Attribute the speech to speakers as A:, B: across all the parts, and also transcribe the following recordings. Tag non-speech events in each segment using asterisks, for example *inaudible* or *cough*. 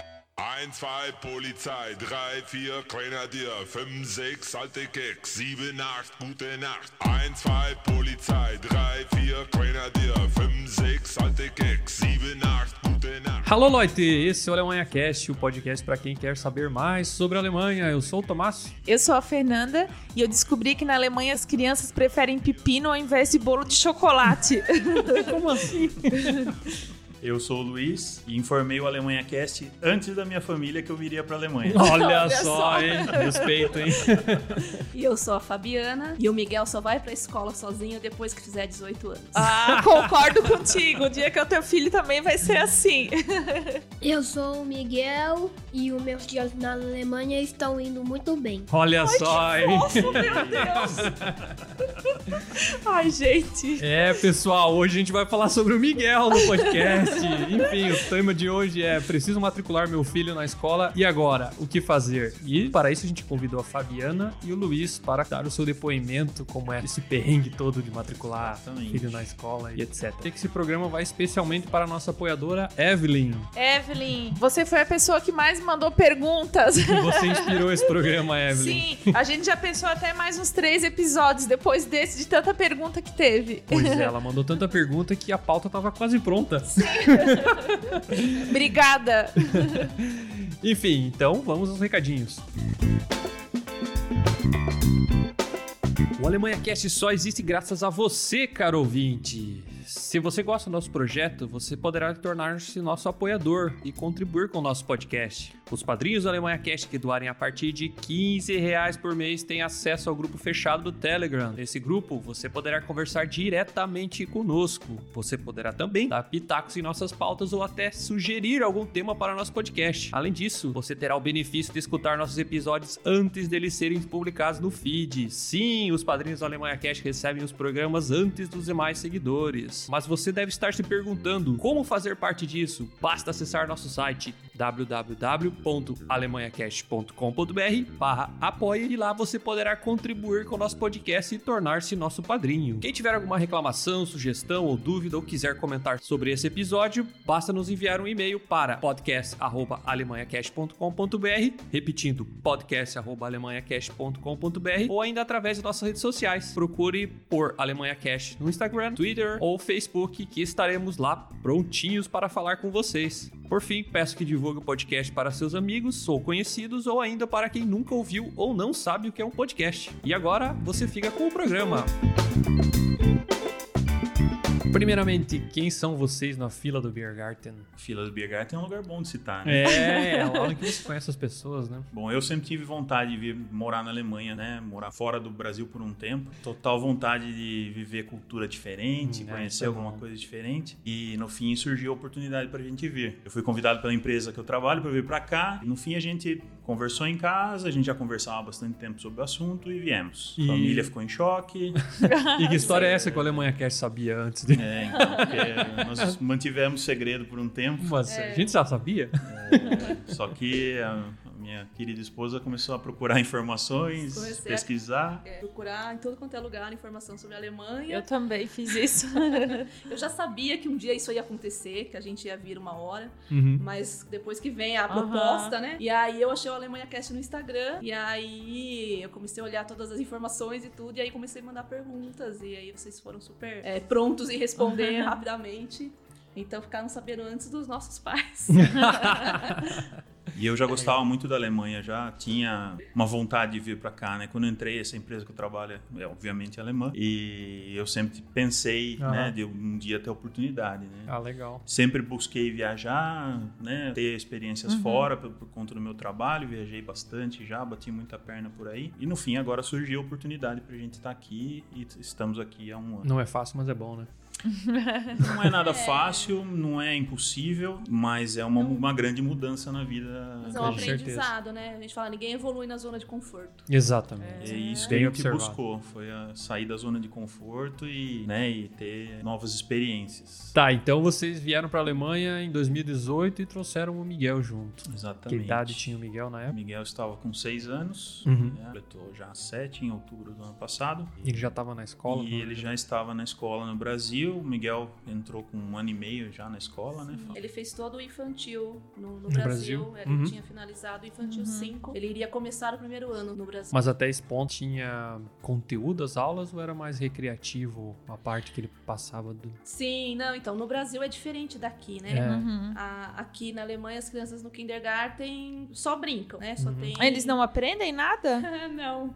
A: 1, 2, Polizei, 3, 4, Grenadier, 5, 6, alte Keks, 7, 8, gute Nacht. 1, 2, Polizei, 3, 4, Grenadier, 5, 6, alte Keks, 7, 8, gute Nacht.
B: Alô, Leute! Esse é o Alemanha Cast, o podcast para quem quer saber mais sobre a Alemanha. Eu sou o Tomás.
C: Eu sou a Fernanda e eu descobri que na Alemanha as crianças preferem pepino ao invés de bolo de *laughs* chocolate.
B: Como assim?
D: Eu sou o Luiz e informei o Alemanha Cast antes da minha família que eu viria para Alemanha.
B: *laughs* Olha,
C: Olha
B: só,
C: só.
B: hein? Respeito, *laughs* hein?
E: E eu sou a Fabiana. E o Miguel só vai pra escola sozinho depois que fizer 18 anos.
C: ah, concordo contigo. O dia que eu tenho filho também vai ser assim.
F: Eu sou o Miguel e os meus dias na Alemanha estão indo muito bem.
B: Olha só, hein?
C: *laughs* Nossa, meu Deus! Ai, gente.
B: É, pessoal, hoje a gente vai falar sobre o Miguel no podcast. Enfim, o tema de hoje é preciso matricular meu filho na escola e agora, o que fazer? E para isso a gente convidou a Fabiana e o Luiz para dar o seu depoimento, como é esse perrengue todo de matricular
D: Exatamente.
B: filho na escola e etc. E que esse programa vai especialmente para a nossa apoiadora Evelyn.
C: Evelyn, você foi a pessoa que mais mandou perguntas.
B: E você inspirou esse programa, Evelyn.
C: Sim, a gente já pensou até mais uns três episódios depois desse, de tanta pergunta que teve.
B: Pois é, ela mandou tanta pergunta que a pauta tava quase pronta.
C: Obrigada.
B: Enfim, então vamos aos recadinhos. O Alemanha Cast só existe graças a você, caro ouvinte. Se você gosta do nosso projeto, você poderá tornar-se nosso apoiador e contribuir com o nosso podcast. Os padrinhos do Alemanha Cast que doarem a partir de 15 reais por mês têm acesso ao grupo fechado do Telegram. Nesse grupo, você poderá conversar diretamente conosco. Você poderá também dar pitacos em nossas pautas ou até sugerir algum tema para nosso podcast. Além disso, você terá o benefício de escutar nossos episódios antes deles serem publicados no feed. Sim, os padrinhos do Alemanha Cast recebem os programas antes dos demais seguidores. Mas você deve estar se perguntando como fazer parte disso. Basta acessar nosso site www.alemanhacast.com.br barra apoie e lá você poderá contribuir com o nosso podcast e tornar-se nosso padrinho. Quem tiver alguma reclamação, sugestão ou dúvida ou quiser comentar sobre esse episódio, basta nos enviar um e-mail para podcast.alemanhacast.com.br repetindo podcast.alemanhacast.com.br ou ainda através de nossas redes sociais. Procure por Alemanha Cash no Instagram, Twitter ou Facebook que estaremos lá prontinhos para falar com vocês. Por fim, peço que divulgue o podcast para seus amigos ou conhecidos ou ainda para quem nunca ouviu ou não sabe o que é um podcast. E agora você fica com o programa. Primeiramente, quem são vocês na fila do Biergarten?
D: Fila do Biergarten é um lugar bom de citar, né?
B: É, lá que você conhece as pessoas, né?
D: Bom, eu sempre tive vontade de vir morar na Alemanha, né? Morar fora do Brasil por um tempo. Total vontade de viver cultura
B: Hum, é,
D: diferente,
B: isso
D: conhecer
B: é
D: alguma
B: bom.
D: coisa diferente. E no fim surgiu a oportunidade pra gente vir. Eu fui convidado pela empresa que eu trabalho pra vir pra cá. E no fim a gente conversou em casa, a gente já conversava há bastante tempo sobre o assunto e viemos.
B: E-
D: A família ficou em choque.
B: E que história é essa que a Alemanha Cash sabia antes de... *laughs*
D: É, então, porque nós mantivemos segredo por um tempo.
B: Mas a gente já sabia?
D: Só que a a minha querida esposa começou a procurar informações,
E: Comecei a-
D: pesquisar.
E: É, procurar em todo quanto é lugar informação sobre a
C: Eu
E: Alemanha.
C: também fiz isso.
E: Eu já sabia que um dia isso ia acontecer, que a gente ia vir uma hora,
B: Uhum.
E: mas depois que vem a
C: Aham.
E: proposta, né? E aí eu achei o Alemanha Cast no Instagram, e aí eu comecei a olhar todas as informações e tudo, e aí comecei a mandar perguntas, e aí vocês foram super é, prontos em responder rapidamente. Então ficaram sabendo antes dos
B: *laughs*
E: nossos pais.
D: E eu já gostava muito da Alemanha, já tinha uma vontade de vir para cá, né? Quando eu entrei, essa empresa que eu trabalho é obviamente alemã. E eu sempre pensei,
B: Aham.
D: né, de um dia ter oportunidade, né?
B: Ah, legal.
D: Sempre busquei viajar, né? Ter experiências fora por, por conta do meu trabalho, viajei bastante já, bati muita perna por aí. E no fim, agora surgiu a oportunidade pra gente estar aqui e t- estamos aqui há um ano.
B: Não é fácil, mas é bom, né?
D: Não é nada fácil, não é impossível, mas é uma, uma grande mudança na vida.
E: Mas é
D: da
E: um
B: Com
D: gente.
B: certeza.
E: aprendizado, né? A gente fala, ninguém evolui na zona de conforto.
B: Exatamente.
D: É isso que
B: Bem
D: a gente
B: observado.
D: buscou, foi a sair da zona de conforto e, né, e ter novas experiências.
B: Tá, então vocês vieram pra Alemanha em 2018 e trouxeram o Miguel junto. Que
D: Exatamente.
B: idade tinha o Miguel na época?
D: Miguel estava com seis anos,
B: É. Uhum.
D: né, completou já sete em outubro do ano passado.
B: Ele já tava na escola? né?
D: e ele já estava na escola no Brasil. O Miguel entrou com um ano e meio já na escola, né? Fala-
E: Ele fez todo o infantil no, no
B: No Brasil?
E: Brasil. é, Ele
B: Uhum.
E: tinha finalizado o
C: Uhum.
E: Infantil 5. Ele iria começar o primeiro ano no Brasil.
B: Mas até esse ponto tinha conteúdo das aulas ou era mais recreativo a parte que ele passava do.
E: Sim, não, então, no Brasil é diferente daqui, né?
B: É.
C: Uhum.
E: A- aqui na Alemanha, as crianças no kindergarten só brincam, né? Só
B: Uhum.
E: tem...
C: Ah, Eles não aprendem nada?
E: É, *laughs* não.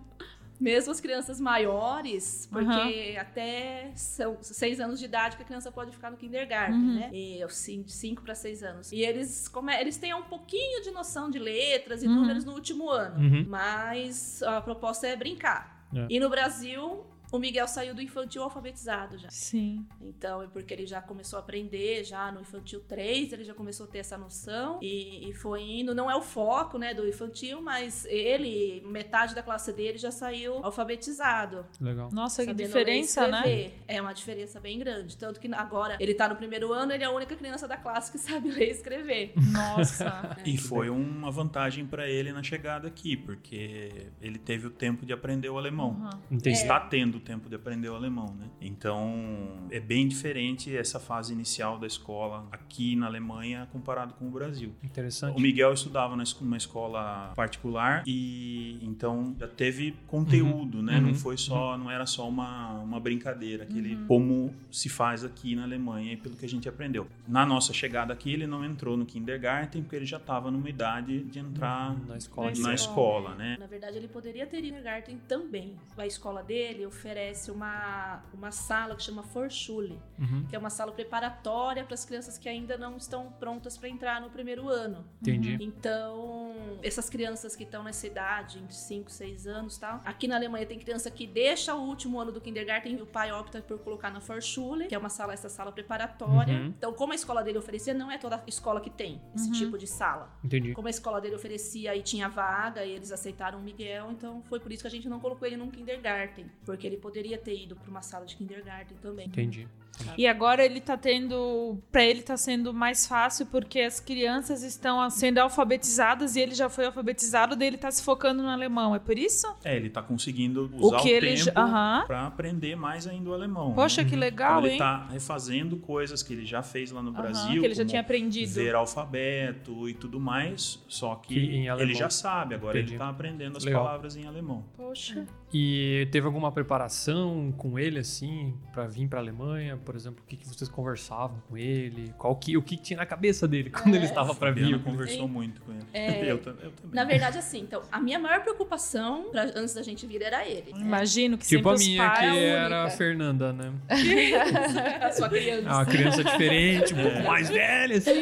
E: Mesmo as crianças maiores, porque até são seis anos de idade que a criança pode ficar no kindergarten,
C: Uhum.
E: né? E, eu, sim, de cinco para seis anos. E eles, come... eles têm um pouquinho de noção de letras e
C: Uhum.
E: números no último ano.
B: Uhum.
E: Mas a proposta é brincar.
B: É.
E: E no Brasil, o Miguel saiu do infantil alfabetizado já.
C: Sim.
E: Então, é porque ele já começou a aprender, já no infantil 3, ele já começou a ter essa noção e, e foi indo. Não é o foco, né, do infantil, mas ele, metade da classe dele já saiu alfabetizado.
B: Legal.
C: Nossa, que
E: sabendo ler e
C: diferença, né?
E: escrever. É uma diferença bem grande. Tanto que agora ele tá no primeiro ano, ele é a única criança da classe que *laughs* sabe ler e escrever.
C: *laughs* Nossa.
D: E foi uma vantagem para ele na chegada aqui, porque ele teve o tempo de aprender o alemão.
C: Uhum.
B: Entendi.
D: está tendo tempo de aprender o alemão, né? Então é bem diferente essa fase inicial da escola aqui na Alemanha comparado com o Brasil. O
B: Interessante.
D: Miguel estudava na esco- numa escola particular e então já teve conteúdo, né?
B: uhum,
D: Não foi só, não era só uma, uma brincadeira, aquele
C: Uhum.
D: como se faz aqui na Alemanha e pelo que a gente aprendeu. Na nossa chegada aqui, ele não entrou no kindergarten porque ele já estava numa idade de
C: Uhum.
D: entrar
B: Na escola.
E: Mas-
B: de-
C: é.
D: na escola, né?
E: Na verdade, ele poderia ter kindergarten também. A escola dele oferece uma, uma sala que chama Forschule.
B: Uhum.
E: que é uma sala preparatória para as crianças que ainda não estão prontas para entrar no primeiro ano.
B: Entendi.
E: Então, essas crianças que estão nessa idade, entre 5, 6 anos e tal. Aqui na Alemanha tem criança que deixa o último ano do kindergarten e o pai opta por colocar na Vorschule, que é uma sala, essa sala preparatória.
B: Uhum.
E: Então, como a escola dele oferecia, não é toda escola que tem esse
C: Uhum.
E: tipo de sala.
B: Entendi.
E: Como a escola dele oferecia e tinha vaga, e eles aceitaram o Miguel, então foi por isso que a gente não colocou ele num kindergarten. Porque ele poderia ter ido para uma sala de kindergarten também.
B: Entendi.
C: E agora ele tá tendo. Pra ele tá sendo mais fácil porque as crianças estão sendo alfabetizadas e ele já foi alfabetizado, daí ele tá se focando no alemão. É por isso?
D: É, ele tá conseguindo usar o,
C: que ele já-
D: tempo
C: Aham.
D: para aprender mais ainda o alemão. né?
C: Poxa, que
B: Uhum.
C: legal,
D: então, ele
C: hein?
D: tá refazendo coisas que ele já fez lá no
C: Aham,
D: Brasil,
C: que ele já
D: como
C: tinha aprendido.
D: ver alfabeto e tudo mais, só que,
B: Que em alemão.
D: ele já sabe, agora
B: Entendi.
D: ele tá aprendendo as
B: Legal.
D: palavras em alemão.
C: Poxa.
B: E teve alguma preparação com ele, assim, pra vir pra Alemanha? Por exemplo, o que, que vocês conversavam com ele? Qual que, o que que tinha na cabeça dele quando
C: É.
B: ele estava pra vir? Tipo,
D: Fabiano conversou muito com ele. *laughs* Eu, ta- eu também.
E: Na verdade, assim, então, a minha maior preocupação pra- antes da gente vir era ele.
C: É. Imagino que
B: Tipo
C: sempre
B: a
C: os
B: minha, que
C: pais.
B: era a Fernanda, né?
C: *laughs*
E: A sua criança.
B: É uma criança diferente, um pouco
D: É.
B: mais velha, assim.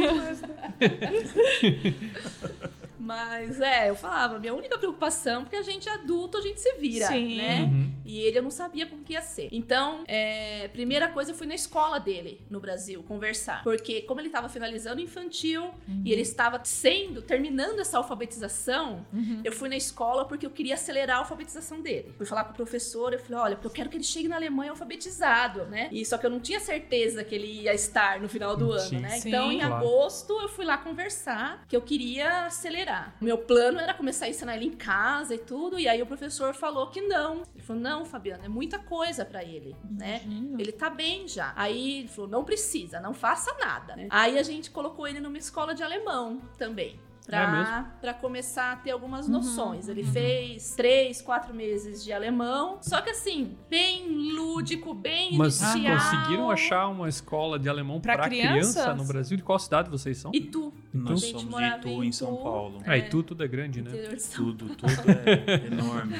E: Mas é, eu falava, minha única preocupação, porque a gente é adulto, a gente se vira,
C: Sim.
E: né?
B: Uhum.
E: E ele eu não sabia como que ia ser. Então, é, primeira coisa, eu fui na escola dele no Brasil conversar. Porque como ele estava finalizando o infantil
B: Uhum.
E: e ele estava sendo, terminando essa alfabetização,
B: Uhum.
E: eu fui na escola porque eu queria acelerar a alfabetização dele. Fui falar com o professor, eu falei, olha, porque eu quero que ele chegue na Alemanha alfabetizado, né? E só que eu não tinha certeza que ele ia estar no final do
B: Sim.
E: ano, né?
C: Sim.
E: Então, em
B: Claro.
E: agosto, eu fui lá conversar que eu queria acelerar. Meu plano era começar a ensinar ele em casa e tudo, e aí o professor falou que não. Ele falou: não, Fabiana, é muita coisa pra ele, né?
C: Imagino.
E: Ele tá bem já. Aí ele falou: não precisa, não faça nada.
C: É.
E: né? Aí a gente colocou ele numa escola de alemão também.
B: É
E: Pra,
B: mesmo?
E: pra começar a ter algumas
C: Uhum,
E: noções. Ele fez três, quatro meses de alemão. Só que assim, bem lúdico, bem
B: Mas vocês
E: inicial.
B: conseguiram achar uma escola de alemão
C: Pra
B: pra, criança
C: crianças?
B: no Brasil? De qual cidade vocês são?
E: E tu?
D: Nós
E: Gente,
D: somos de
E: morava
D: Itu,
E: em
D: em São
E: Itu.
D: Paulo.
B: Ah, e tu, tudo é grande,
C: Então,
B: né?
E: Interior de São
D: Tudo, tudo
B: *laughs*
D: é enorme.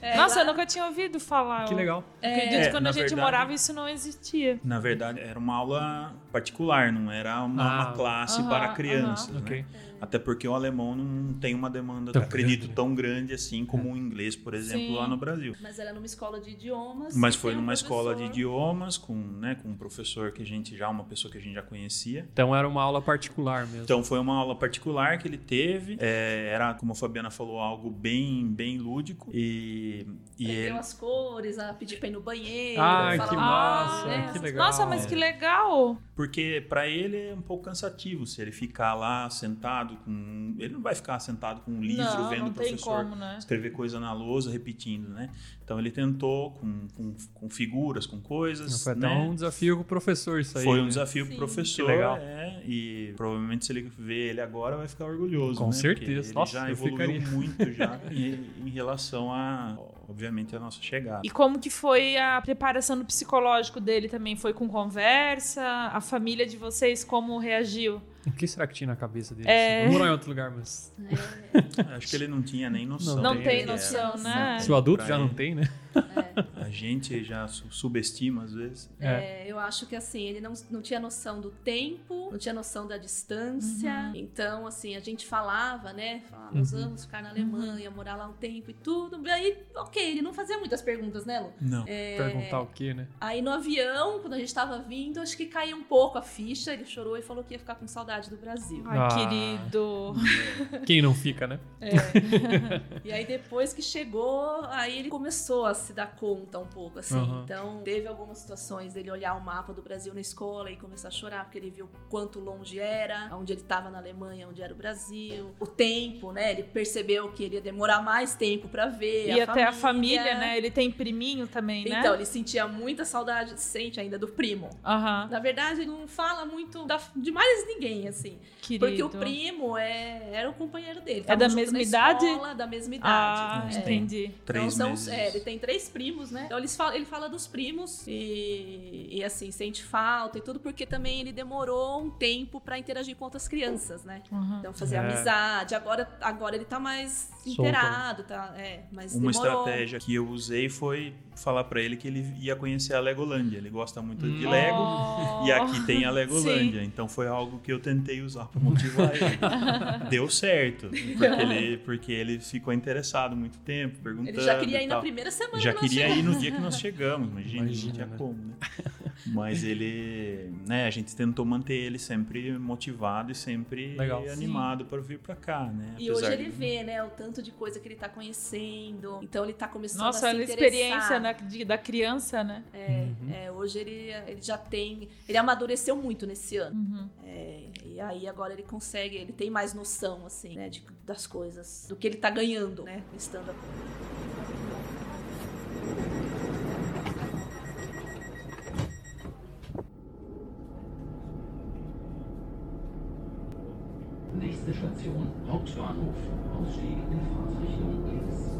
E: É,
C: Nossa,
E: lá-
C: eu nunca tinha ouvido falar.
B: Que
C: Eu
B: legal.
C: Acredito que
D: É,
C: quando
D: na
C: a gente
D: verdade-
C: morava isso não existia.
D: Na verdade, era uma aula particular, não era uma,
B: Ah.
D: uma classe
C: Aham,
D: para crianças.
C: é.
D: né?
B: Ok.
D: Até porque o alemão não tem uma demanda,
B: Tão
D: acredito,
B: grande, É. né?
D: tão grande assim como o inglês, por exemplo,
C: Sim.
D: lá no Brasil.
E: Mas era numa escola de idiomas.
D: Mas
E: e
D: foi
E: tem um
D: numa escola de
E: professor.
D: idiomas, com, né, com um professor que a gente já, uma pessoa que a gente já conhecia.
B: Então era uma aula particular mesmo.
D: Então foi uma aula particular que ele teve. É, era, como a Fabiana falou, algo bem, bem lúdico. E, e
E: Aprendeu
D: ele,
E: as cores, a pedir pra ir no banheiro.
B: Ai,
E: falar
B: que
E: mal,
B: massa,
E: né?
B: que legal.
C: Nossa, mas que legal!
D: porque para ele é um pouco cansativo se ele ficar lá sentado sentado com. Ele não vai ficar sentado com um livro
C: não,
D: vendo
C: não
D: o
C: tem
D: professor
C: como, né?
D: escrever coisa na lousa, repetindo, né? Então ele tentou com, com, com figuras, com coisas.
B: Foi até
D: né?
B: um desafio com o professor isso aí.
D: Foi um
B: né?
D: desafio
C: Sim.
D: pro professor.
B: Que legal.
D: é, e provavelmente se ele ver ele agora vai ficar orgulhoso.
B: Com
D: né?
B: certeza.
D: Porque Ele
B: Nossa,
D: já
B: eu
D: evoluiu
B: ficaria. *laughs*
D: muito já em, em relação a, obviamente, a nossa chegada.
C: E como que foi a preparação do psicológico dele também? Foi com conversa? A família de vocês como reagiu?
B: O que será que tinha na cabeça dele?
C: É.
B: Vou morar em outro lugar, mas.
D: Acho que ele não tinha nem noção.
B: Não
D: do que
C: tem
D: ele
C: noção,
D: era.
E: Ah.
C: né? É.
B: Se o adulto
D: Pra
B: já
D: ele.
B: não tem, né?
D: A gente já su- subestima às vezes.
E: É, eu acho que assim, ele não, não tinha noção do tempo, não tinha noção da distância. Então, assim, a gente falava, né? Falava, nós
B: Uhum.
E: vamos ficar na Alemanha, morar lá um tempo e tudo. E aí, ok, ele não fazia muitas perguntas, né, Lu?
D: Não.
E: É,
B: Perguntar o quê, né?
E: Aí no avião, quando a gente tava vindo, acho que caiu um pouco a ficha. Ele chorou e falou que ia ficar com saudade do Brasil.
C: Ai,
B: Ah.
C: querido.
B: Quem não fica, né?
E: E aí depois que chegou, aí ele começou a se dar conta um pouco, assim.
B: Uhum.
E: Então, teve algumas situações dele olhar o mapa do Brasil na escola e começar a chorar, porque ele viu quanto longe era, onde ele estava na Alemanha, onde era o Brasil. O tempo, né? Ele percebeu que ele ia demorar mais tempo pra ver.
C: E até a família, né? Ele tem priminho também, né?
E: Então, ele sentia muita saudade, sente ainda, do primo.
C: Aham,
E: Na verdade, ele não fala muito da- de mais ninguém, assim.
C: querido.
E: Porque o primo é, era o companheiro dele.
C: É da
E: Tavam junto
C: mesma
E: na
C: idade?
E: Escola, da mesma
C: Ah,
E: idade.
D: Mas
E: É.
D: tem
C: entendi.
E: Então,
D: Três
E: são,
D: meses.
E: é, ele tem três primos, né? Então eles falam- ele fala dos primos e, e, assim, sente falta e tudo, porque também ele demorou um tempo pra interagir com outras crianças, né?
C: Aham.
E: Então fazer
B: É.
E: amizade. Agora, agora ele tá mais
B: Solto, né?
E: inteirado, tá? É, mas
D: Uma
E: demorou.
D: estratégia que eu usei foi falar pra ele que ele ia conhecer a Legolândia. Ele gosta muito de
B: Hum.
D: Lego.
C: Oh.
D: E aqui tem a Legolândia, então foi algo que eu tentei usar pra motivar
E: *laughs*
D: ele. Deu certo, porque ele, porque ele ficou interessado muito tempo, perguntando.
E: Ele já queria
D: e
E: ir na
D: tal.
E: primeira semana.
D: Já
E: que nós
D: queria
E: chegamos.
D: ir no dia que nós chegamos, imagina,
B: Imagina,
D: não tinha
B: né?
D: como, né? Mas ele, né, a gente tentou manter ele sempre motivado e sempre
B: Legal.
D: animado pra vir pra cá, né?
E: E hoje
D: Apesar
E: ele
D: de-
E: vê, né, o tanto de coisa que ele tá conhecendo. Então ele tá começando
C: Nossa,
D: é
E: a se
C: olha a
E: interessar.
C: experiência
D: né,
C: na- de- da criança, né?
B: Uhum.
E: É, hoje ele, ele já tem. Ele amadureceu muito nesse ano.
C: Uhum.
E: É, e aí agora ele consegue, ele tem mais noção, assim, né, de- das coisas, do que ele tá ganhando, né, com stand-up.
G: Nächste Station, Hauptbahnhof. Ausstieg in Fahrtrichtung links.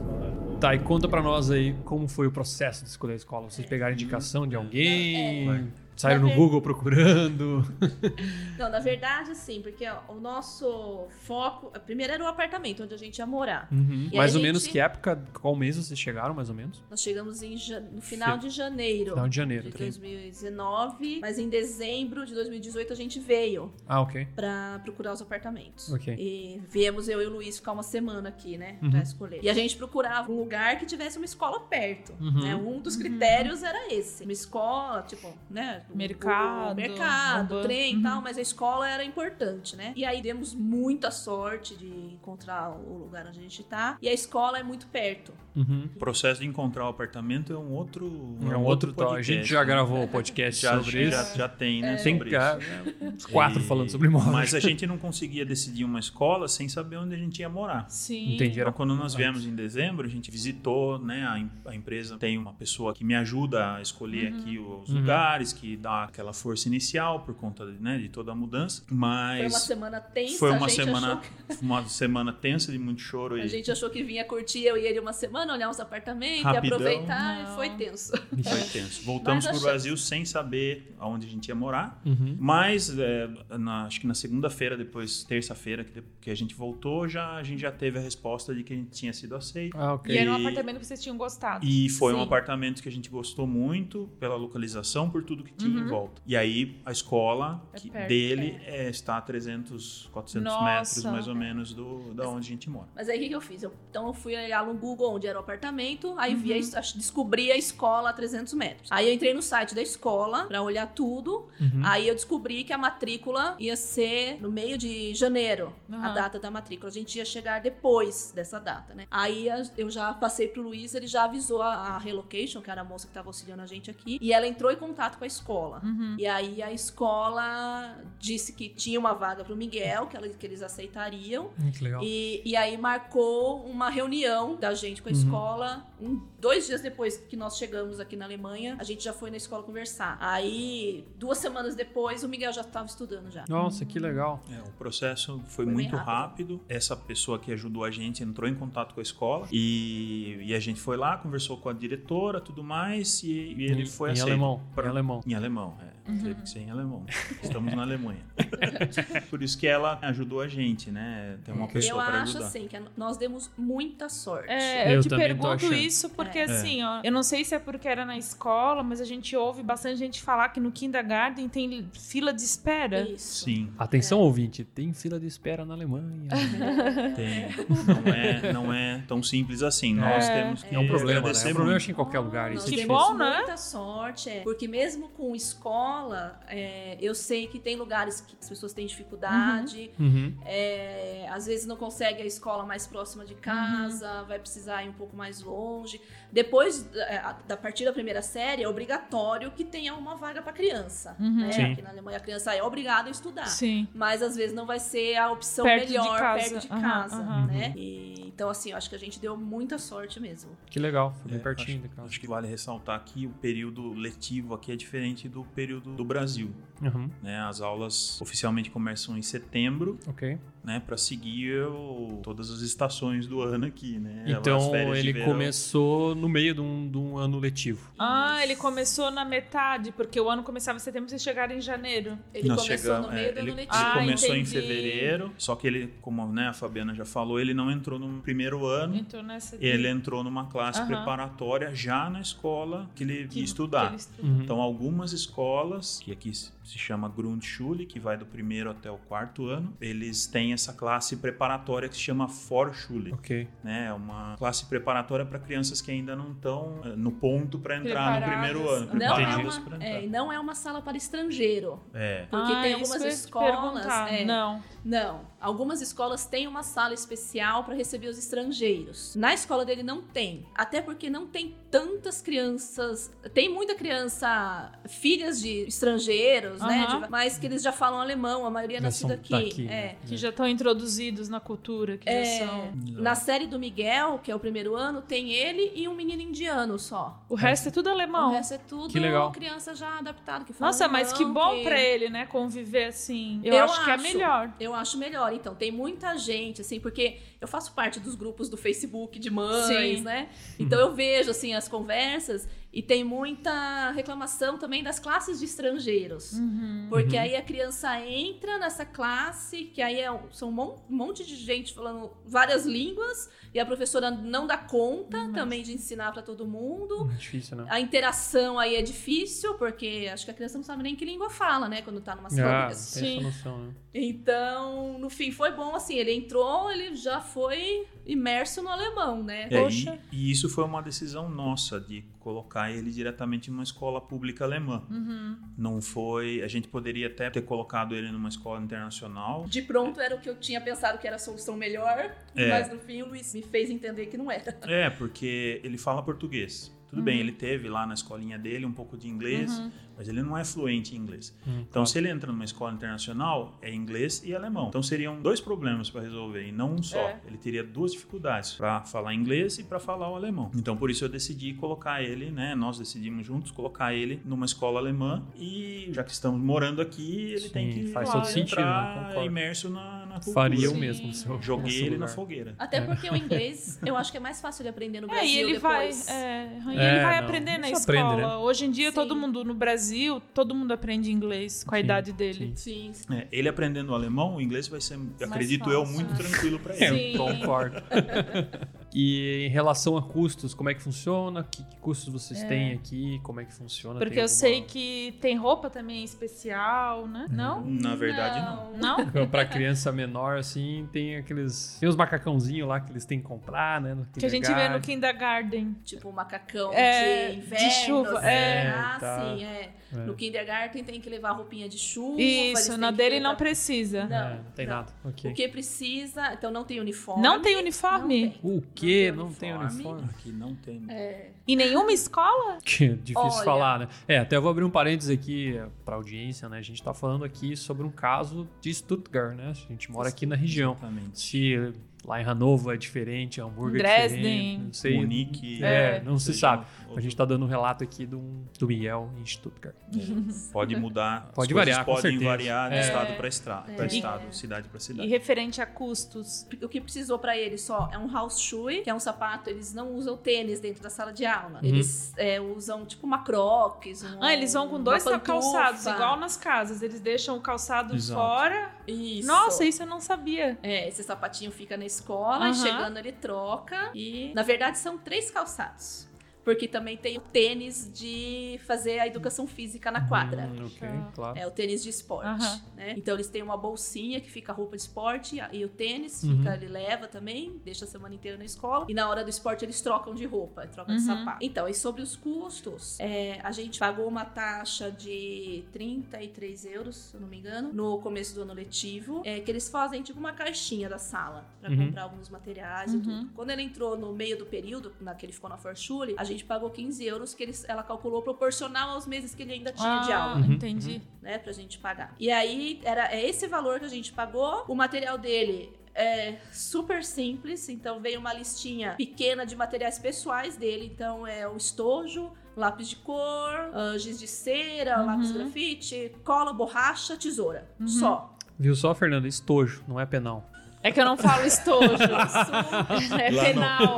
B: Tá, e conta pra nós aí como foi o processo de escolher a escola. Vocês
E: Uhum.
B: pegaram indicação de alguém?
D: Não, é.
B: Saíram no
E: Na
B: Google procurando?
E: Não, na verdade, assim, porque ó, o nosso foco, primeiro era o apartamento onde a gente ia morar.
B: Uhum.
E: E
B: Mais
E: aí,
B: ou menos
E: gente?
B: que época, qual mês vocês chegaram, mais ou menos?
E: Nós chegamos em ja- no final de janeiro.
B: Final de janeiro.
E: De
B: tá?
E: 2019, mas em dezembro de 2018 a gente veio
B: Ah, ok.
E: pra procurar os apartamentos.
B: Ok.
E: E viemos eu e o Luiz ficar uma semana aqui, né?
B: Uhum.
E: Pra escolher. E a gente procurava um lugar que tivesse uma escola perto.
B: Uhum.
E: né? Um dos critérios era esse. Uma escola, tipo, né? o-
C: Mercado,
E: o mercado,
C: uma ban-
E: trem
C: Uhum.
E: e tal, mas a escola era importante, né? E aí demos muita sorte de encontrar o lugar onde a gente tá. E a escola é muito perto.
B: Uhum.
D: O processo de encontrar o apartamento é um outro. né?
B: É um outro tal. A gente já gravou o podcast
D: já,
B: sobre
D: já,
B: isso.
D: já tem,
E: É.
D: né?
B: Tem
D: sobre
B: cá,
D: isso. né?
B: uns quatro
D: E-
B: falando sobre imóveis.
D: Mas a gente não conseguia decidir uma escola sem saber onde a gente ia morar.
C: Sim.
B: Entendi. Era
D: Então, quando nós
B: antes.
D: viemos em dezembro, a gente visitou, né? A, em- a empresa tem uma pessoa que me ajuda a escolher aqui os
B: Uhum.
D: lugares, que dá aquela força inicial por conta né, de toda a mudança. Mas
E: Foi uma semana tensa,
D: foi uma
E: a gente
D: semana,
E: achou
D: *laughs*
E: que...
D: uma semana tensa de muito choro
E: A
D: e
E: gente achou que vinha curtir eu e ele uma semana, olhar uns apartamentos, e
D: Rapidão.
C: Não.
E: aproveitar, e foi tenso.
D: foi
E: *laughs*
D: tenso. Voltamos
E: Mas
D: para o
E: achei-
D: Brasil sem saber aonde a gente ia morar.
B: Uhum.
D: Mas é, na- acho que na segunda-feira, depois terça-feira que, de- que a gente voltou, já a gente já teve a resposta de que a gente tinha sido aceito.
B: Ah, ok.
C: E era um
D: E-
C: apartamento que vocês tinham gostado.
D: E foi um
E: Sim.
D: apartamento que a gente gostou muito pela localização, por tudo que tinha em volta. E aí a escola
C: É
D: que-
C: perto,
D: dele é, está a 300, 400
C: Nossa.
D: metros mais ou menos do da onde a gente mora.
E: Mas aí o que, que eu fiz? Eu- então eu fui olhar no Google onde era o apartamento, aí vi a es- ach- descobri a escola a 300 metros. Aí eu entrei no site da escola pra olhar tudo,
B: Uhum.
E: aí eu descobri que a matrícula ia ser no meio de janeiro, a
C: Uhum.
E: data da matrícula. A gente ia chegar depois dessa data, né? Aí a- eu já passei pro Luiz, ele já avisou a, a Relocation, que era a moça que tava auxiliando a gente aqui, e ela entrou em contato com a escola. E aí a escola disse que tinha uma vaga pro Miguel, que, ela- que eles aceitariam.
B: Muito legal.
E: Ah, E, e aí marcou uma reunião da gente com a
B: Uhum.
E: escola. Um- dois dias depois que nós chegamos aqui na Alemanha, a gente já foi na escola conversar. Aí, duas semanas depois, o Miguel já estava estudando já.
B: Nossa, que legal.
D: É, o processo foi,
E: Foi bem
D: muito
E: rápido.
D: rápido. Essa pessoa que ajudou a gente entrou em contato com a escola e, e a gente foi lá, conversou com a diretora, tudo mais, e, e ele
B: Em-
D: foi
B: em
D: aceito.
B: alemão,
D: pra-
B: em alemão.
D: Em alemão, é. Teve que ser em alemão. Estamos na Alemanha. Por isso que ela ajudou a gente, né? Tem uma
B: Ok.
E: Eu
D: pessoa para
E: acho
D: ajudar.
E: assim que a- nós demos muita sorte.
C: É, eu,
B: Eu
C: te
B: também tô
C: pergunto
B: achando.
C: isso porque
E: É.
C: assim, ó, eu não sei se é porque era na escola, mas a gente ouve bastante gente falar que no kindergarten tem fila de espera.
E: Isso.
D: Sim,
B: Atenção, ouvinte, tem fila de espera na Alemanha.
D: É. tem. Não é, não é tão simples assim. Nós temos que
B: É um problema, né? É
D: agradecer
B: um problema
D: muito.
B: acho, em qualquer lugar.
E: Nós
B: Isso é
C: Que
E: tivemos
B: difícil.
C: bom, né?
E: Muita sorte, é. Porque mesmo com escola, é, eu sei que tem lugares que as pessoas têm dificuldade,
B: Uhum.
E: é, às vezes não consegue a escola mais próxima
C: Uhum.
E: de casa, vai precisar ir um pouco mais longe. Depois é, a- da partir da primeira série, é obrigatório que tenha uma vaga para criança.
C: Uhum.
E: Né?
B: Sim.
E: Aqui na Alemanha a criança é obrigada a estudar.
C: Sim.
E: Mas às vezes não vai ser a opção
C: Perto de
E: melhor
C: casa.
E: perto de
C: Aham,
E: casa,
C: aham.
E: né?
D: Uhum.
E: E, então, assim, eu acho que a gente deu muita sorte mesmo.
B: Que legal, foi
D: É,
B: bem né? pertinho.
D: acho,
B: legal.
D: acho que vale ressaltar que o período letivo aqui é diferente do período do Brasil.
B: Uhum,
D: né? As aulas oficialmente começam em setembro,
B: ok.
D: né? Para seguir o- todas as estações do ano aqui, né? As
B: Então
D: férias de
B: ele
D: verão.
B: começou no meio de um, de um ano letivo.
C: Ah, ele começou na metade, porque o ano começava em setembro e vocês chegaram em janeiro.
E: Ele
D: Nós
E: começou
D: chegamos-
E: no
D: é,
E: meio do
D: ele,
E: ano
D: ele
E: letivo.
C: Ah,
D: começou em
C: entendi.
D: fevereiro, só que ele, como né, a Fabiana já falou, ele não entrou no primeiro ano.
C: Entrou Então, nessa.
D: Ele é entrou numa classe
C: Aham.
D: preparatória já na escola que ele
C: que-
D: ia estudar.
C: que ele estudou.
B: Uhum.
D: Então, algumas escolas, que aqui se se chama Grundschule, que vai do primeiro até o quarto ano, eles têm essa classe preparatória que se chama Vorschule.
B: ok.
D: né? É uma classe preparatória para crianças que ainda não estão eh, no ponto para entrar no
C: Preparadas.
D: primeiro ano.
C: Não
E: Não é,
D: preparadas pra
E: uma,
D: entrar.
E: é, e não é uma sala para estrangeiro.
D: É.
E: Porque
C: Ah,
E: tem
C: isso
E: algumas
C: que eu ia te
E: escolas.
C: perguntar.
E: é,
C: Não.
E: Não, algumas escolas têm uma sala especial para receber os estrangeiros. Na escola dele não tem, até porque não tem tantas crianças. Tem muita criança, filhas de estrangeiros, né?
C: Aham.
E: de- mas que eles já falam alemão, a maioria é
B: Já são
E: nascida aqui.
B: daqui,
E: é.
B: né?
C: Que já estão introduzidos na cultura, que
E: É,
C: já são.
E: na série do Miguel, que é o primeiro ano, tem ele e um menino indiano só.
C: O resto é tudo
E: O
C: alemão.
E: resto é tudo
B: Que legal.
E: criança já adaptada, que fala
C: Nossa, mas que
E: alemão,
C: bom
E: que-
C: pra ele, né? Conviver assim. Eu,
E: Eu
C: acho, que é
E: acho.
C: melhor.
E: Eu acho melhor, então. Tem muita gente, assim, porque eu faço parte dos grupos do Facebook de mães,
C: Sim.
E: né?
B: Uhum.
E: Então eu vejo, assim, as conversas e tem muita reclamação também das classes de estrangeiros. Porque
B: Uhum.
E: aí a criança entra nessa classe, que aí é um- são um mon- um monte de gente falando várias línguas e a professora não dá conta
B: Uhum.
E: também de ensinar pra todo mundo.
B: É Difícil, né?
E: A interação aí é difícil, porque acho que a criança não sabe nem que língua fala, né? Quando tá numa sala
B: Ah,
E: dessa.
B: tem essa
C: Sim.
B: noção, né?
E: Então, no fim, foi bom, assim, ele entrou, ele já foi imerso no alemão, né?
D: É, e,
C: Poxa.
D: e isso foi uma decisão nossa de colocar ele diretamente em uma escola pública alemã. Não foi. A gente poderia até ter colocado ele numa escola internacional.
E: De pronto era o que eu tinha pensado que era a solução melhor,
D: É.
E: mas no fim o Luiz me fez entender que não era.
D: É, porque ele fala português. Tudo bem, ele teve lá na escolinha dele um pouco de inglês, mas ele não é fluente em inglês.
B: Hum,
D: então, se ele entra numa escola internacional, é inglês e alemão. Então, seriam dois problemas para resolver, e não um só.
C: É.
D: Ele teria duas dificuldades, para falar inglês e para falar o alemão. Então, por isso eu decidi colocar ele, né? Nós decidimos juntos colocar ele numa escola alemã, e já que estamos morando aqui, ele
B: Sim,
D: tem que
B: faz
D: lá,
B: todo sentido,
D: entrar
B: eu concordo.
D: imerso na, na cultura. assim.
B: Faria o
C: Sim.
B: mesmo. se eu
D: Joguei
B: fosse
D: ele na
B: lugar.
D: fogueira.
E: Até porque o inglês eu acho que é mais fácil ele aprender no
C: É,
E: Brasil
C: e ele vai,
E: depois.
C: é, e
B: É,
C: ele vai
B: não,
C: aprender na
B: isso aprende,
C: escola.
B: né?
C: Hoje em dia,
E: Sim.
C: todo mundo no Brasil, todo mundo aprende inglês com a
B: Sim,
C: idade dele.
E: Sim, sim.
D: É, ele aprendendo o alemão, o inglês vai ser, acredito eu,
E: fácil,
D: muito
E: né?
D: tranquilo para
B: É,
D: ele.
C: Sim.
B: eu concordo. *laughs* e em relação a custos, como é que funciona? Que, que custos vocês têm aqui? Como é que funciona?
C: Porque
B: Tem
C: eu
B: alguma-
C: sei que tem roupa também especial, né?
B: Hum.
C: Não?
D: Na verdade, não.
B: *laughs*
C: Não?
B: Pra criança menor, assim, tem aqueles. Tem os macacãozinhos lá que eles têm que comprar, né? no
C: Que a gente vê no
B: kindergarten.
C: kindergarten.
E: Tipo o macacão
C: É,
E: de
C: de
E: inverno.
C: chuva,
E: assim,
C: é.
E: Ah,
B: Tá.
E: sim, é.
B: É.
E: No kindergarten tem que levar roupinha de chuva. eles
C: Isso,
E: têm
C: na
E: que
C: dele
E: levar-
C: não precisa.
E: Não,
B: É, não tem
E: não.
B: nada. Ok.
E: O que precisa... Então não tem uniforme.
C: Não tem
E: Não
C: uniforme?
E: tem.
B: O quê?
E: tem
B: Não tem uniforme. *laughs*
D: Aqui não tem.
E: É.
C: Em nenhuma escola?
B: Que é difícil
E: Olha.
B: falar, né? É, até eu vou abrir um parênteses aqui é, pra audiência, né? A gente tá falando aqui sobre um caso de Stuttgart, né? A gente mora aqui na região.
D: Exatamente.
B: Se lá em Hannover é diferente, Hamburgo é
C: Dresden.
B: diferente, não sei.
D: Munique.
B: É, não se
D: seja
B: sabe.
D: outro-
B: A gente tá dando um relato aqui do, do Miguel em Stuttgart. *laughs*
D: Pode mudar.
B: Pode
D: as coisas
B: variar, com
D: Podem
B: certeza.
D: variar de
B: É.
D: estado para estado,
F: É.
D: pra
F: E-
D: estado, cidade para
C: E
D: cidade.
C: referente a custos.
E: O que precisou pra ele só é um house shoe, que é um sapato, eles não usam tênis dentro da sala de aula.
B: Uhum.
E: Eles é, usam tipo uma crocs. um-
C: Ah, eles vão com
E: uma
C: dois
E: pantufa.
C: calçados, igual nas casas. Eles deixam o calçado
B: Exato.
C: fora.
E: Isso.
C: Nossa, isso eu não sabia.
E: É, esse sapatinho fica na escola, e
C: Aham.
E: chegando ele troca. E na verdade são três calçados. Porque também tem o tênis de fazer a educação física na quadra.
B: Hum, ok,
C: Tá.
B: claro.
E: É o tênis de esporte,
C: Aham.
E: né? Então eles têm uma bolsinha que fica a roupa de esporte e o tênis
B: Uhum.
E: fica, ele leva também, deixa a semana inteira na escola. E na hora do esporte eles trocam de roupa, trocam de
C: Uhum.
E: sapato. Então, e sobre os custos, é, a gente pagou uma taxa de 33 euros, se eu não me engano, no começo do ano letivo, é, que eles fazem tipo uma caixinha da sala pra
B: Uhum.
E: comprar alguns materiais
C: Uhum.
E: e tudo. Quando ele entrou no meio do período, na que ele ficou na Forchule, a gente pagou 15 euros que eles, ela calculou proporcional aos meses que ele ainda tinha de aula
C: Ah, entendi.
E: né, pra gente pagar. E aí era é esse valor que a gente pagou. O material dele é super simples, então veio uma listinha pequena de materiais pessoais dele, então é o estojo, lápis de cor, ah, giz de cera,
C: Uhum.
E: lápis grafite, cola, borracha, tesoura.
C: Uhum.
E: Só.
B: Viu só, Fernando? Estojo, não é penal.
C: É que eu não falo estojo. é
D: Lá não.
C: penal.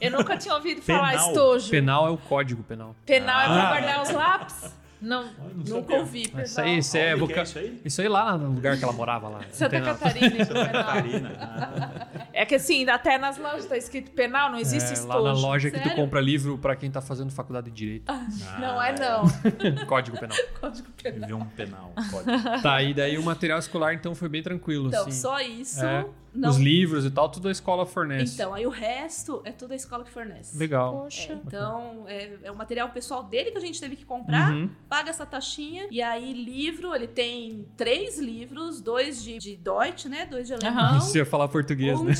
C: Eu nunca tinha ouvido falar
D: Penal.
C: estojo.
B: Penal é o código penal.
C: Penal é pra
D: Ah.
C: guardar os lápis? Não,
E: Nunca ouvi.
B: Isso aí, isso é,
D: Onde que
B: voca-
D: é isso aí?
B: isso aí lá no lugar que ela morava lá. não
C: Santa
B: tem nada.
C: Catarina. em
D: Santa
C: Penal.
D: Catarina. Tá Ah,
C: É que assim, até nas lojas tá escrito penal, não existe
B: É,
C: estojo.
B: lá na loja que tu
E: Sério?
B: compra livro pra quem tá fazendo faculdade de
E: *laughs*
B: direito.
C: Não é
B: *laughs*
C: não.
B: Código penal.
E: Código penal.
D: Viver um penal. Pode.
B: Tá, e daí o material escolar então foi bem tranquilo,
E: Então,
B: assim.
E: só isso.
B: É.
E: Não.
B: Os livros e tal, tudo a escola fornece.
E: Então, aí o resto é toda a escola que fornece.
B: Legal.
E: É,
F: Poxa.
E: então, é, é o material pessoal dele que a gente teve que comprar.
B: Uhum.
E: paga essa taxinha. E aí, livro, ele tem três livros, dois de, de Deutsch, né? Dois de alemão.
C: Aham.
B: Você ia falar português,
E: um
B: né?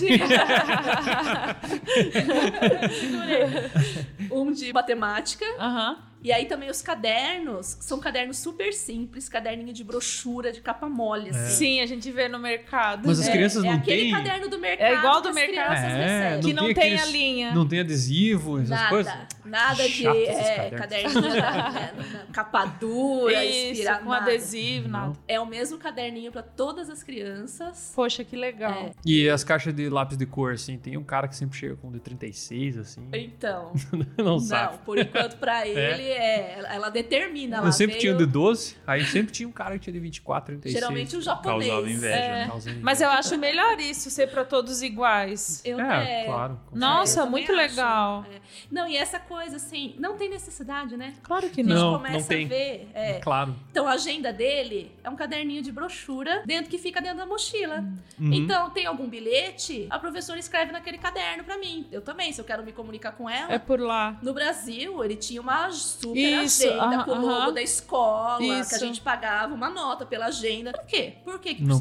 E: Um
B: né?
E: de... *laughs* um de matemática.
C: Aham.
E: E aí também os cadernos, que são cadernos super simples, caderninho de brochura, de capa mole, assim.
C: Sim, a gente vê no mercado.
B: Mas as
C: né?
B: É. crianças
E: É
B: não
E: aquele
B: têm.
E: caderno do mercado.
C: É igual
E: que
C: do
E: as
C: mercado.
E: crianças
B: É,
E: recebem.
C: que
B: não
C: não
B: tem
C: tem, a
B: aqueles-
C: linha.
B: Não tem adesivo, essas
E: Nada,
B: coisas?
E: nada de
B: chato esses
E: é,
B: cadernos.
E: caderninho *laughs* né, capa dura,
C: Isso,
E: inspirado,
C: com
E: nada.
C: adesivo, nada.
E: É o mesmo caderninho pra todas as crianças.
C: Poxa, que legal.
B: E as caixas de lápis de cor, assim, tem um cara que sempre chega com um de 36, assim.
E: Então,
B: *laughs* não
E: Não,
B: sabe.
E: por enquanto pra ele é, ela- ela determina lá.
B: Eu sempre tinha
E: veio-
B: um de 12, aí sempre tinha um cara que tinha de 24, 36.
E: Geralmente o japonês.
D: Causava inveja,
C: É.
D: né?
B: Causando
C: Mas eu
B: inveja.
C: acho melhor isso ser pra todos iguais.
E: Eu,
B: É, claro. com
C: Nossa,
E: Eu também
C: muito
E: acho.
C: legal.
E: Não, e essa coisa assim, não tem necessidade, né?
C: Claro que
E: A gente
C: não.
B: Não,
E: começa
B: não tem.
E: a ver.
B: certeza.
E: é.
B: Claro.
E: Então a agenda dele é um caderninho de brochura dentro que fica dentro da mochila.
B: Uhum.
E: Então, tem algum bilhete? A professora escreve naquele caderno pra mim. Eu também, se eu quero me comunicar com ela.
C: É por lá.
E: No Brasil, ele tinha uma super
C: Isso,
E: agenda
C: aham,
E: com o logo
C: aham.
E: da escola, que
C: Isso.
E: a gente pagava uma nota pela agenda. Por quê? Por que, que
B: não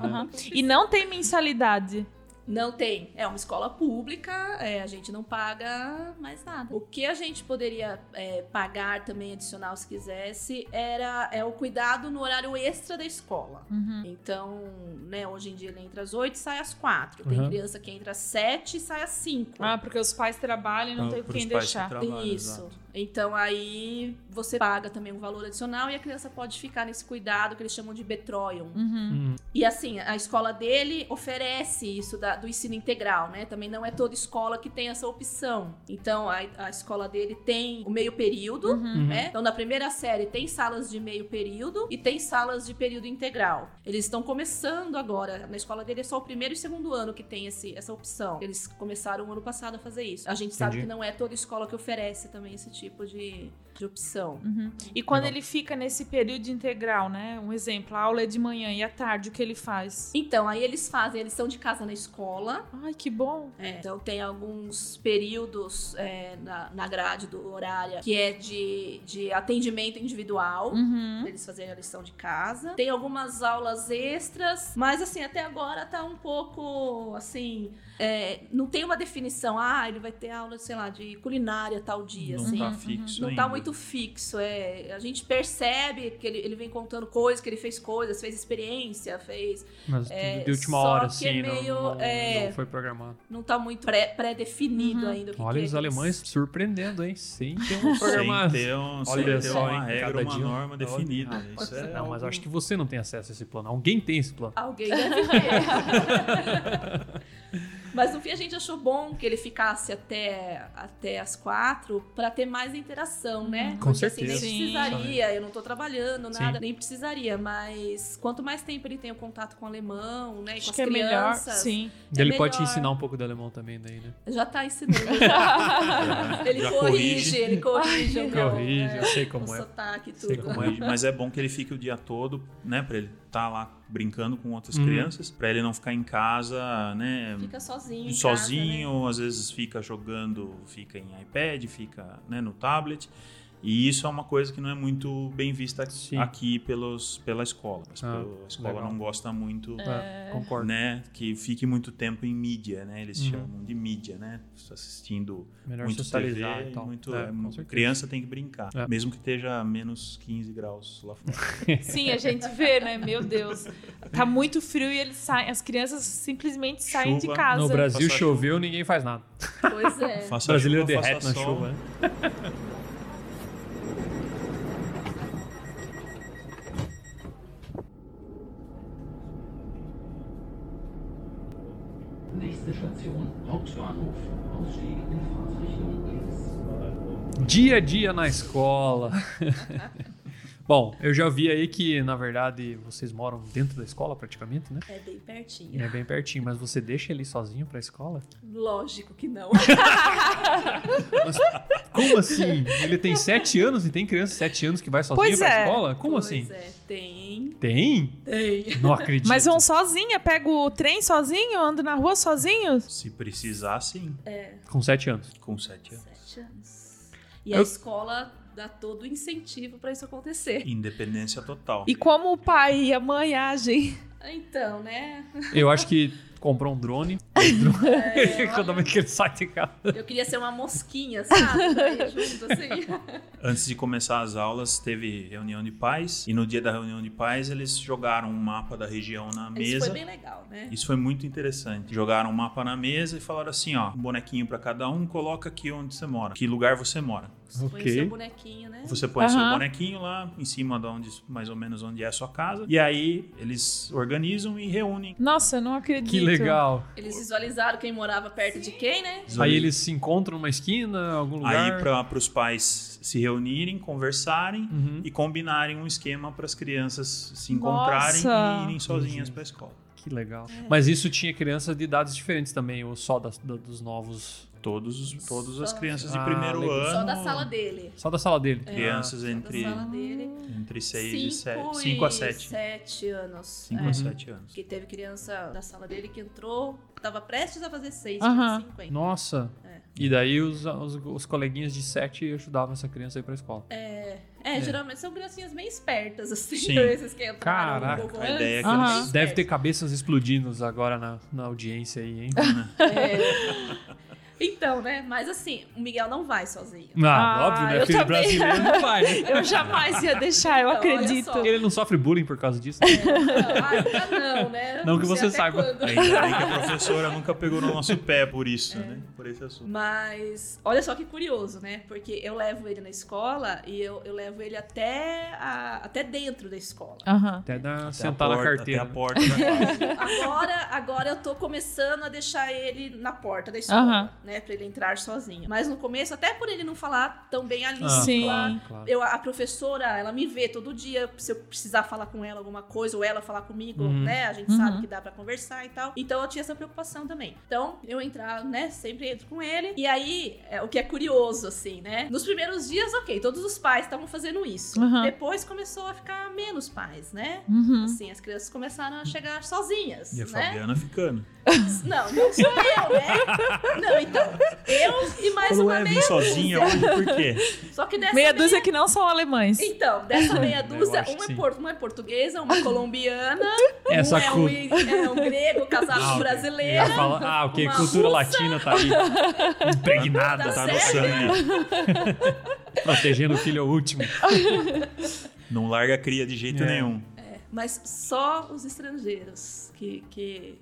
B: precisa, né?
C: Aham. E não tem mensalidade.
E: Não tem. É uma escola pública, é, a gente não paga mais nada. O que a gente poderia é, pagar também adicional se quisesse era é o cuidado no horário extra da escola.
C: Uhum.
E: Então, né, hoje em dia ele entra às 8 e sai às 4. Tem
B: Uhum.
E: criança que entra às 7 e sai às 5.
C: Ah, porque os pais trabalham e não tem
D: Por
C: quem
D: os pais que
C: deixar.
D: trabalham,
E: Isso.
D: exato.
E: Então aí você paga também um valor adicional e a criança pode ficar nesse cuidado que eles chamam de Betroium.
C: Uhum.
B: Hum,
E: E assim, a escola dele oferece isso da- do ensino integral, né? Também não é toda escola que tem essa opção. Então, a, a escola dele tem o meio período,
C: Uhum.
E: né? Então, na primeira série tem salas de meio período e tem salas de período integral. Eles estão começando agora. Na escola dele é só o primeiro e segundo ano que tem esse, essa opção. Eles começaram o ano passado a fazer isso. A gente sabe
B: Entendi.
E: que não é toda escola que oferece também esse tipo de, de opção.
C: Uhum. E quando
B: Legal.
C: ele fica nesse período integral, né? Um exemplo, a aula é de manhã e à tarde, o que ele faz?
E: Então, aí eles fazem a lição de casa na escola.
C: Ai, que bom.
E: É, então, tem alguns períodos é, na, na grade do horário que é de, de atendimento individual.
C: Uhum.
E: pra Eles fazerem a lição de casa. Tem algumas aulas extras, mas assim, até agora tá um pouco assim. é, não tem uma definição. Ah, ele vai ter aula, sei lá, de culinária tal dia,
D: não
E: assim.
D: tá fixo
E: Não
D: ainda.
E: tá muito fixo, é. A gente percebe que ele, ele vem contando coisas, que ele fez coisas, fez experiência, fez.
B: Mas
E: É,
B: tudo de última
E: só
B: hora,
E: que
B: assim, não-
E: meio,
B: não,
E: é,
B: não foi programado.
E: Não tá muito pré- pré-definido
C: Uhum.
E: ainda. o que
B: Olha
E: que
B: os
E: é
B: alemães
E: isso.
B: surpreendendo, hein? Sem ter um
D: Sem
B: programado.
D: ter, um,
B: *laughs*
D: sem
B: Olha
D: ter
B: só,
D: uma
B: hein,
D: regra,
B: cada
D: uma
B: dia um-
D: norma
B: Olha,
D: definida.
B: rapaz.
D: Isso é
B: Não, mas
D: algo-
B: acho que você não tem acesso a esse plano. Alguém tem esse plano.
C: *laughs*
E: Alguém deve ter. Mas no fim a gente achou bom que ele ficasse até, até as quatro pra ter mais interação, né?
B: Com
E: Porque, assim,
B: certeza.
C: Uhum.
E: nem
C: Sim.
E: precisaria, eu não tô trabalhando, nada,
B: Sim.
E: nem precisaria, mas quanto mais tempo ele tem o contato com o alemão, né? e com
C: Acho
E: as
C: que é melhor.
E: crianças,
C: Sim.
B: Ele pode te
E: É melhor.
B: ensinar um pouco de alemão também daí, né?
E: Já tá ensinando.
B: *laughs*
E: já. ele
D: Já
E: corrige,
D: corrige.
E: ele corrige. o meu,
B: Corrige,
E: é,
B: eu sei
E: o
B: como é.
E: sotaque e
B: Sei
E: tudo.
B: como
D: Mas- Mas é bom que ele fique o dia todo, né? Pra ele estar lá brincando com outras
B: Uhum.
D: crianças, pra ele não ficar em casa,
B: é.
D: né?
E: Fica
B: Um
E: sozinho. em né?
D: sozinho, às vezes fica jogando, fica em iPad, fica né, no tablet. E isso é uma coisa que não é muito bem vista aqui-
B: Sim.
D: aqui pelos, pela escola. Mas
B: Ah,
D: pelo- a escola
B: legal.
D: não gosta muito
B: É, concordo.
D: né, que fique muito tempo em mídia, né? Eles
B: Uhum.
D: chamam de mídia, né? Assistindo
B: Melhor
D: muito
B: socializar
D: TV,
B: e tal.
D: muito
B: É,
D: é,
B: com certeza.
D: criança tem que brincar,
B: É.
D: mesmo que esteja menos 15 graus lá fora.
C: Sim, a gente vê, né? Meu Deus. Tá muito frio e eles saem, as crianças simplesmente saem de
D: Chuva
C: casa.
B: No Brasil
D: Passar
B: choveu, ninguém faz nada.
E: casa, né? Pois
B: *laughs*
E: é.
B: O
D: Faça
B: brasileiro
D: chuva,
B: derrete na
D: faça sol.
B: chuva, né?
G: Nächste Station, Hauptbahnhof. Ausstieg in Fahrtrichtung links.
B: Dia a dia na escola.
D: *laughs*
B: Bom, eu já vi aí que, na verdade, vocês moram dentro da escola praticamente, né?
E: É bem pertinho.
B: E é bem pertinho, mas você deixa ele sozinho pra escola?
E: Lógico que não.
B: Como assim? Ele tem 7 anos e tem criança de 7 anos que vai sozinha
C: Pois
B: pra
C: é.
B: escola? Como
E: pois
B: assim?
E: É, tem.
B: Tem?
E: Tem.
B: Não acredito.
C: Mas vão sozinha? Pego o trem sozinho? Ando na rua sozinho?
D: Se precisar, sim,
B: Com 7 anos.
D: com 7 anos.
E: Sete anos. E
B: Eu-
E: a escola dá todo o incentivo pra isso acontecer.
D: Independência total.
C: E como o pai e a mãe agem?
E: Então, né?
B: Eu acho que comprou um
C: *laughs*
B: drone.
E: É,
B: *laughs* Quando vez que ele sai de casa.
E: eu queria ser uma mosquinha, sabe? Pra ir junto, assim.
D: Antes de começar as aulas, teve reunião de pais e no dia da reunião de pais eles jogaram um mapa da região na
E: Isso
D: mesa.
E: foi bem legal, né?
D: Isso foi muito interessante. Jogaram um mapa na mesa e falaram assim, ó, um bonequinho pra cada um, coloca aqui onde você mora, que lugar você mora.
E: Conhecer o bonequinho, né?
D: Você põe seu
C: Aham.
D: bonequinho lá em cima de onde, mais ou menos onde é a sua casa. E aí eles organizam e reúnem.
C: Nossa, eu não acredito.
B: Que legal.
E: Eles visualizaram quem morava perto de quem, né?
B: Aí eles se encontram numa esquina, em algum lugar.
D: aí para os pais se reunirem, conversarem
B: Uhum.
D: e combinarem um esquema para as crianças se encontrarem
C: Nossa!
D: e irem sozinhas para a escola.
B: Que legal.
E: É.
B: Mas isso tinha crianças de idades diferentes também, ou só das- da- dos novos.
D: Todos, os- todas as
E: Só-
D: crianças de
B: Ah,
D: primeiro
B: legal.
D: ano,
E: Só da sala dele.
B: Só da sala dele.
E: É.
D: crianças entre,
E: Da sala dele.
D: entre 6 e 7,
E: Cinco
D: 5 a né?
E: e
D: 7.
E: sete anos.
D: 5
B: Uhum.
E: é.
D: a 7 anos.
E: Porque teve criança da sala dele que entrou, tava prestes a fazer seis,
C: Aham.
E: tinha cinco
B: Ah,
E: ainda.
B: nossa.
E: É.
B: E daí os, os, os coleguinhas de 7 ajudavam essa criança a ir pra escola.
E: É, geralmente são criancinhas bem espertas, *laughs* assim,
D: Sim.
E: esses que entraram
B: Caraca,
E: no Google né?
D: a ideia é que
C: Aham.
D: eles-
B: Deve ter cabeças explodindo agora na, na audiência aí,
E: *laughs*
B: hein?
E: Então, né? Mas assim, o Miguel não
B: *laughs*
E: vai sozinho.
B: Ah, óbvio, né?
C: eu
B: Filho
C: também.
B: brasileiro
E: *laughs*
B: não vai, né?
C: *laughs* Eu jamais ia deixar, eu
E: Olha
C: acredito.
E: só.
B: Ele não sofre bullying por causa disso? né?
E: *laughs* Ah, ainda não, né?
B: Não que
E: sei
B: você
E: até
B: saiba.
E: quando.
D: *laughs* Ainda bem
E: *laughs*
D: que a professora nunca pegou no nosso pé por
B: É.
D: isso, né? Por esse assunto.
E: Mas olha só que curioso, né? Porque eu levo ele na escola e eu, eu levo ele até, a- até dentro da escola.
C: Aham.
B: Até dar
D: Até a
B: sentar na
D: porta-
B: carteira.
D: Até a porta
B: *laughs*
D: tá. *laughs* da casa.
E: Agora, agora eu tô começando a deixar ele na porta da escola,
C: Aham.
E: né? Pra pra ele entrar sozinho. Mas no começo, até por ele não falar tão bem a língua,
B: Ah,
C: Sim.
B: Claro, claro.
E: eu, a professora, ela me vê todo dia, se eu precisar falar com ela alguma coisa, ou ela falar comigo,
B: Uhum.
E: né? A gente
C: Uhum.
E: sabe que dá pra conversar e tal. Então eu tinha essa preocupação também. Então, eu entrar, né? Sempre entro com ele. E aí, é, o que é curioso, assim, né? Nos primeiros dias, ok, todos os pais estavam fazendo isso.
C: Uhum.
E: Depois começou a ficar menos pais, né?
C: Uhum.
E: Assim, as crianças começaram a chegar sozinhas,
D: E a
E: né?
D: Fabiana ficando.
E: Não, não sou eu, né? Não, então, eu e mais
D: Falou,
E: uma
D: é, vim
E: meia
D: sozinha
B: *laughs*
E: dúzia.
D: hoje, por quê?
E: Só que dessa
C: Meia dúzia que não são alemães.
E: Então, dessa meia dúzia,
B: acho que
E: uma
B: sim.
E: é, por- uma é portuguesa, uma é colombiana,
B: *laughs* Essa
E: um, é um,
B: cu-
E: é um grego casado
B: Ah,
E: com
B: ok.
E: brasileira.
B: Eu ia falar, ah, ok,
E: uma
B: cultura
E: russa.
B: latina tá aí
E: *laughs*
B: impregnada,
E: Tá
D: Tá
B: *laughs*
D: no sangue.
B: protegendo o filho ao último.
D: Não larga a cria de jeito
B: É.
D: nenhum.
E: Mas só os estrangeiros que, que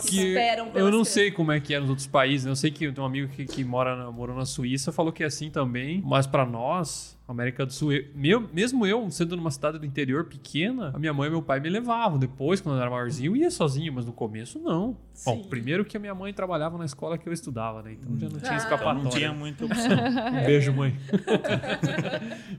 B: É porque
E: esperam
B: eu
E: pelas
B: não
E: crianças.
B: sei como é que é nos outros países. né? Eu sei que eu tenho um amigo que, que mora na- morou na Suíça falou que é assim também. Mas pra nós, América do Sul, eu- meu- mesmo eu sendo numa cidade do interior pequena, a minha mãe e meu pai me levavam. Depois, quando eu era maiorzinho, eu ia sozinho, mas no começo não. Bom,
E: Sim.
B: primeiro que a minha mãe trabalhava na escola que eu estudava, né? Então já não tinha
E: Ah.
D: Então
B: escapatória.
D: não tinha muita opção.
B: *laughs* Um beijo, mãe.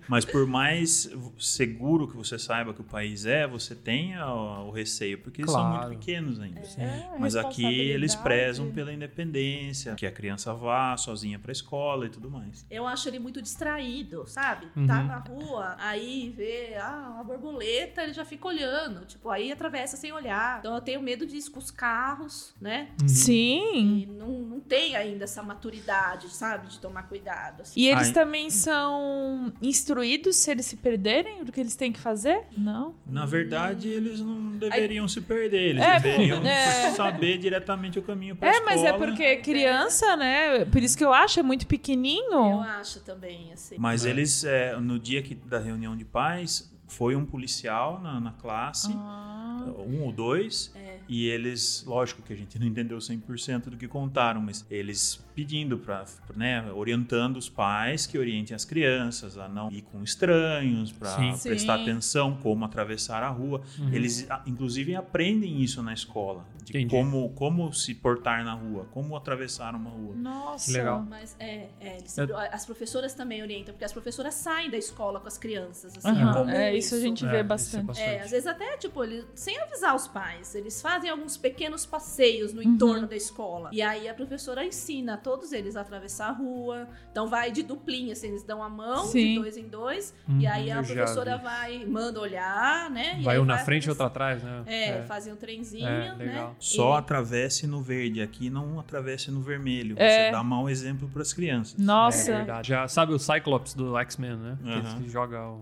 D: Mas por mais seguro que você saiba que o país é, você tem a- o receio, porque eles são
B: Claro.
D: muito pequenos ainda.
C: É,
D: Mas aqui eles
C: responsabilidade.
D: prezam pela independência, que a criança vá sozinha pra escola e tudo mais.
E: Eu acho ele muito distraído, sabe?
B: Uhum.
E: Tá na rua, aí vê ah, uma borboleta, ele já fica olhando. Tipo, aí atravessa sem olhar. Então eu tenho medo disso com os carros, né?
C: Sim.
E: E não, não tem ainda essa maturidade, sabe? De tomar cuidado. assim.
C: E eles
D: Ai.
C: também são instruídos se eles se perderem do que eles têm que fazer? Não.
D: Na verdade, eles não deveriam se perder, eles
C: É,
D: deveriam
C: *laughs* é.
D: *laughs* saber diretamente o caminho pra
C: É,
D: escola.
C: mas é porque criança, né? Por isso que eu acho, é muito
E: Eu
C: pequenininho.
E: acho também, assim.
D: Mas eles, é, no dia que, da reunião de pais, foi um policial na, na classe,
C: Ah. É.
D: um ou dois, e eles, lógico que a gente não entendeu 100% do que contaram, mas eles pedindo para, né, orientando os pais que orientem as crianças a não ir com estranhos, para
B: Sim.
C: Sim.
D: prestar atenção como atravessar a rua.
B: Uhum.
D: Eles a- inclusive aprendem isso na escola, de
B: Entendi.
D: como como se portar na rua, como atravessar uma rua.
C: Nossa.
B: Que legal.
E: Mas é, é, eles-
B: Eu-
E: as professoras também orientam, porque as professoras saem da escola com as crianças. Assim,
C: Aham,
E: é comum
C: É, isso a gente
B: É,
C: vê
B: isso é
C: bastante.
E: É, às
B: bastante.
E: vezes até, tipo, eles, sem avisar os pais, eles fazem alguns pequenos passeios no
C: Uhum.
E: entorno da escola. E aí a professora ensina todos eles a atravessar a rua. Então vai de duplinha, assim, eles dão a mão
C: Sim.
E: de dois em dois.
B: Hum,
E: e aí a
B: eu já
E: professora
B: vi.
E: vai, manda olhar, né? e
B: Vai
E: aí
B: um na frente e outro
E: atravessar.
B: atrás, né?
E: É, fazem um trenzinho,
B: É,
E: né?
B: legal.
D: Só
E: E-
D: atravesse no verde, aqui não atravesse no vermelho.
C: É.
D: Você dá mau exemplo para as crianças.
B: É
C: Nossa.
B: verdade. Já sabe o Cyclops do X-Men, né? Que
D: Aham.
B: ele joga o,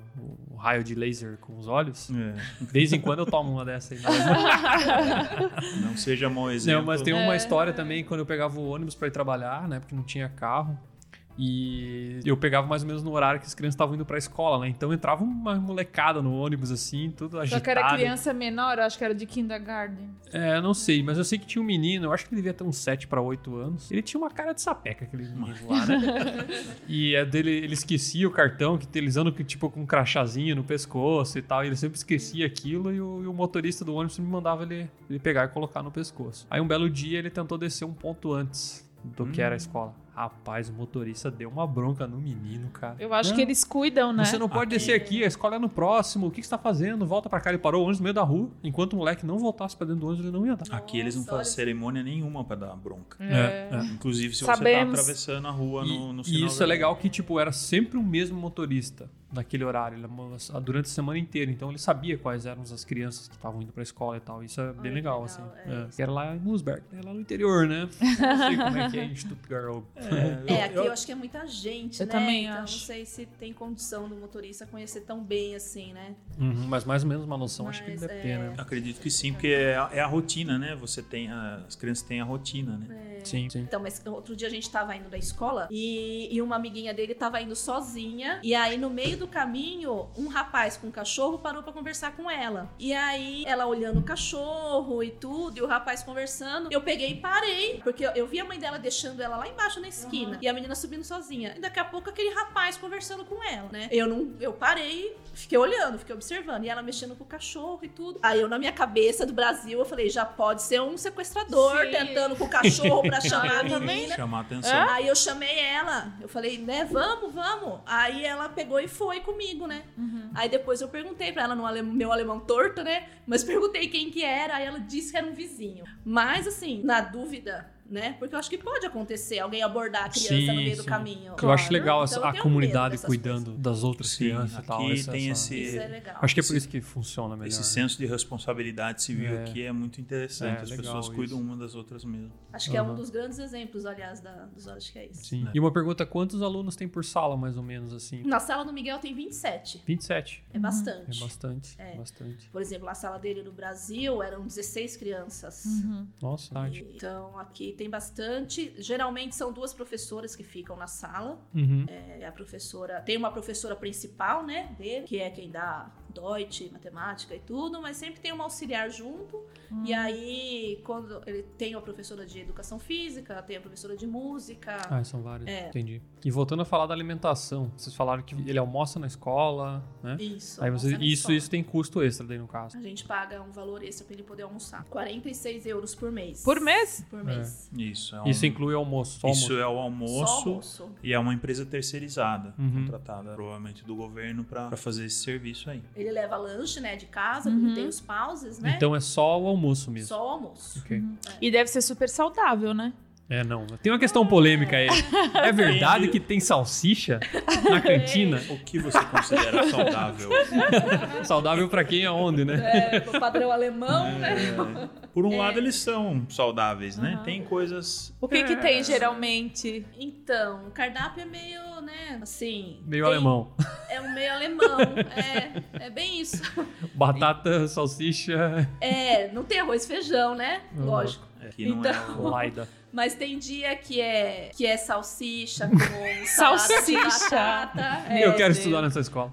B: o raio de laser com os olhos.
D: É,
B: De vez em quando eu tomo uma dessa aí. Mas...
D: não seja mau exemplo.
B: Não, mas tem um-
C: É.
B: uma história também quando eu pegava o ônibus pra ir trabalhar, né? Porque não tinha carro. E eu pegava mais ou menos no horário que as crianças estavam indo pra escola, né? Então entrava uma molecada no ônibus, assim, tudo
C: Só
B: agitado.
C: que era criança menor, eu acho que era de kindergarten.
B: É, eu não sei, mas eu sei que tinha um menino, eu acho que ele devia ter uns 7 pra 8 anos. Ele tinha uma cara de sapeca, aquele menino lá, né? *laughs* e é dele, ele esquecia o cartão, que eles andam que, tipo com um crachazinho no pescoço e tal. E ele sempre esquecia aquilo e o, e o motorista do ônibus me mandava ele, ele pegar e colocar no pescoço. Aí um belo dia ele tentou descer um ponto antes do que era a escola. Rapaz, o motorista deu uma bronca no menino, cara.
C: Eu acho
B: Não,
C: que eles cuidam, né?
B: Você não pode descer aqui, a escola é no próximo. O que, que você tá fazendo? Volta pra cá. Ele parou o ônibus no meio da rua. Enquanto o moleque não voltasse pra dentro do ônibus, ele não ia dar.
D: Aqui eles não
E: Nossa, olha
D: fazem cerimônia nenhuma pra dar bronca.
B: Hum.
C: É.
D: Inclusive se você tá
C: Sabemos.
D: atravessando a rua no, no
B: E-
D: sinal
B: e isso é
D: vermelho.
B: legal que, tipo, era sempre o mesmo motorista naquele horário, ele mo- durante a semana inteira. Então ele sabia quais eram as crianças que estavam indo pra escola e tal. Isso é bem
E: que
B: legal,
E: legal,
B: assim.
E: é
B: É. Era lá em Musberg, né? Lá no interior, né? Não sei como é que é em Stuttgart.
D: É,
E: É, aqui
D: eu-
E: eu acho que é muita gente,
C: Eu
E: né?
C: também
E: então
C: acho.
E: não sei se tem condição do motorista conhecer tão bem assim, né?
B: *laughs* Uhum, mas mais ou menos uma noção, acho que ele
E: Mas,
B: deve
E: é.
B: ter, né?
D: Acredito que sim, porque é a, é a rotina, né? Você tem a- as crianças têm a rotina, né?
B: Sim, sim.
E: Então, mas outro dia a gente tava indo da escola e, e uma amiguinha dele tava indo sozinha. E aí, no meio do caminho, um rapaz com um cachorro parou pra conversar com ela. E aí, ela olhando o cachorro e tudo, e o rapaz conversando. Eu peguei e parei, porque eu, eu vi a mãe dela deixando ela lá embaixo na esquina. E a menina subindo sozinha. E daqui a pouco aquele rapaz conversando com ela, né? Eu não. Eu parei, fiquei olhando, fiquei observando. E ela mexendo com o cachorro e tudo. Aí eu, na minha cabeça do Brasil, eu falei, já pode ser um sequestrador
C: Sim.
E: tentando com o cachorro pra chamar
B: *laughs*
C: Eu também,
E: também, né?
D: Chamar atenção.
E: Aí eu chamei ela, eu falei, né, vamos, vamos. Aí ela pegou e foi comigo, né? Aí depois eu perguntei pra ela, no ale- meu alemão torto, né? Mas *laughs* perguntei quem que era, aí ela disse que era um vizinho. Mas assim, na dúvida, né? Porque eu acho que pode acontecer alguém abordar a criança
B: Sim,
E: no meio do
B: sim.
E: caminho.
B: Eu acho legal
E: Então,
B: essa-
E: eu
B: a
E: tenho medo
B: comunidade
E: dessas
B: cuidando das outras
D: Sim,
B: crianças e tal.
D: aqui
B: essa-
D: tem
B: essa-
E: coisas.
D: esse-
E: Isso é legal.
B: Acho que é por
D: esse-
B: isso que funciona melhor. né?
D: Esse senso de responsabilidade civil
B: É.
D: aqui é muito interessante.
B: É,
D: As
B: legal
D: pessoas
B: isso.
D: cuidam uma das outras mesmo.
E: Acho que é
B: Aham.
E: um dos grandes exemplos, aliás, da, dos acho que é isso.
B: Sim. E uma pergunta, quantos alunos tem por sala, mais ou menos, assim?
E: Na sala do Miguel tem 27.
B: 27.
E: É bastante.
B: É bastante,
E: É.
B: bastante.
E: Por exemplo, a sala dele no Brasil eram 16 crianças.
B: Nossa, tarde.
E: Então, aqui tem bastante. Geralmente são duas professoras que ficam na sala.
B: Uhum.
E: É, a professora tem uma professora principal, né, dele, que é quem dá Deutsch, matemática e tudo, mas sempre tem uma auxiliar junto. E aí, quando ele tem a professora de educação física, tem a professora de música.
B: Ah, são vários.
E: É.
B: Entendi. E voltando a falar da alimentação, vocês falaram que ele almoça na escola, né?
E: Isso.
B: Aí
E: almoça
B: vocês,
E: na
B: isso,
E: escola.
B: isso tem custo extra daí no caso.
E: A gente paga um valor extra pra ele poder almoçar. 46 euros por mês.
C: Por mês?
E: Por mês.
D: Isso é um-
B: Então, Isso inclui almoço, só almoço.
D: isso é o
E: Só
D: almoço.
E: almoço.
D: E é uma empresa terceirizada,
B: Uhum.
D: contratada provavelmente do governo para fazer esse serviço aí.
E: Ele leva lanche, né, de casa,
C: Uhum.
E: porque tem os pauses, né?
B: Então é só o almoço mesmo.
E: Só Uhum. o almoço.
B: Ok.
C: E deve ser super saudável, né?
B: É, não. Tem uma questão polêmica aí. É verdade que tem salsicha na cantina?
D: O que você considera
B: *laughs*
D: saudável?
B: É. Saudável pra quem aonde, né?
E: É, pro padrão alemão, né?
D: É, por um lado, eles são saudáveis, né?
C: Aham.
D: Tem coisas.
C: O que que tem geralmente?
E: Então, o cardápio é meio, né, assim...
B: Meio
E: tem-
B: alemão.
E: É um meio alemão, é, é bem isso.
B: Batata, salsicha,
E: É, não tem arroz e feijão, né?
B: Uhum.
E: Lógico.
D: É, que não é
B: *laughs*
D: o...
B: laida.
E: Mas tem dia que é, que é salsicha com salada de
C: Salsicha.
E: batata. é.
B: Eu quero estudar nessa escola.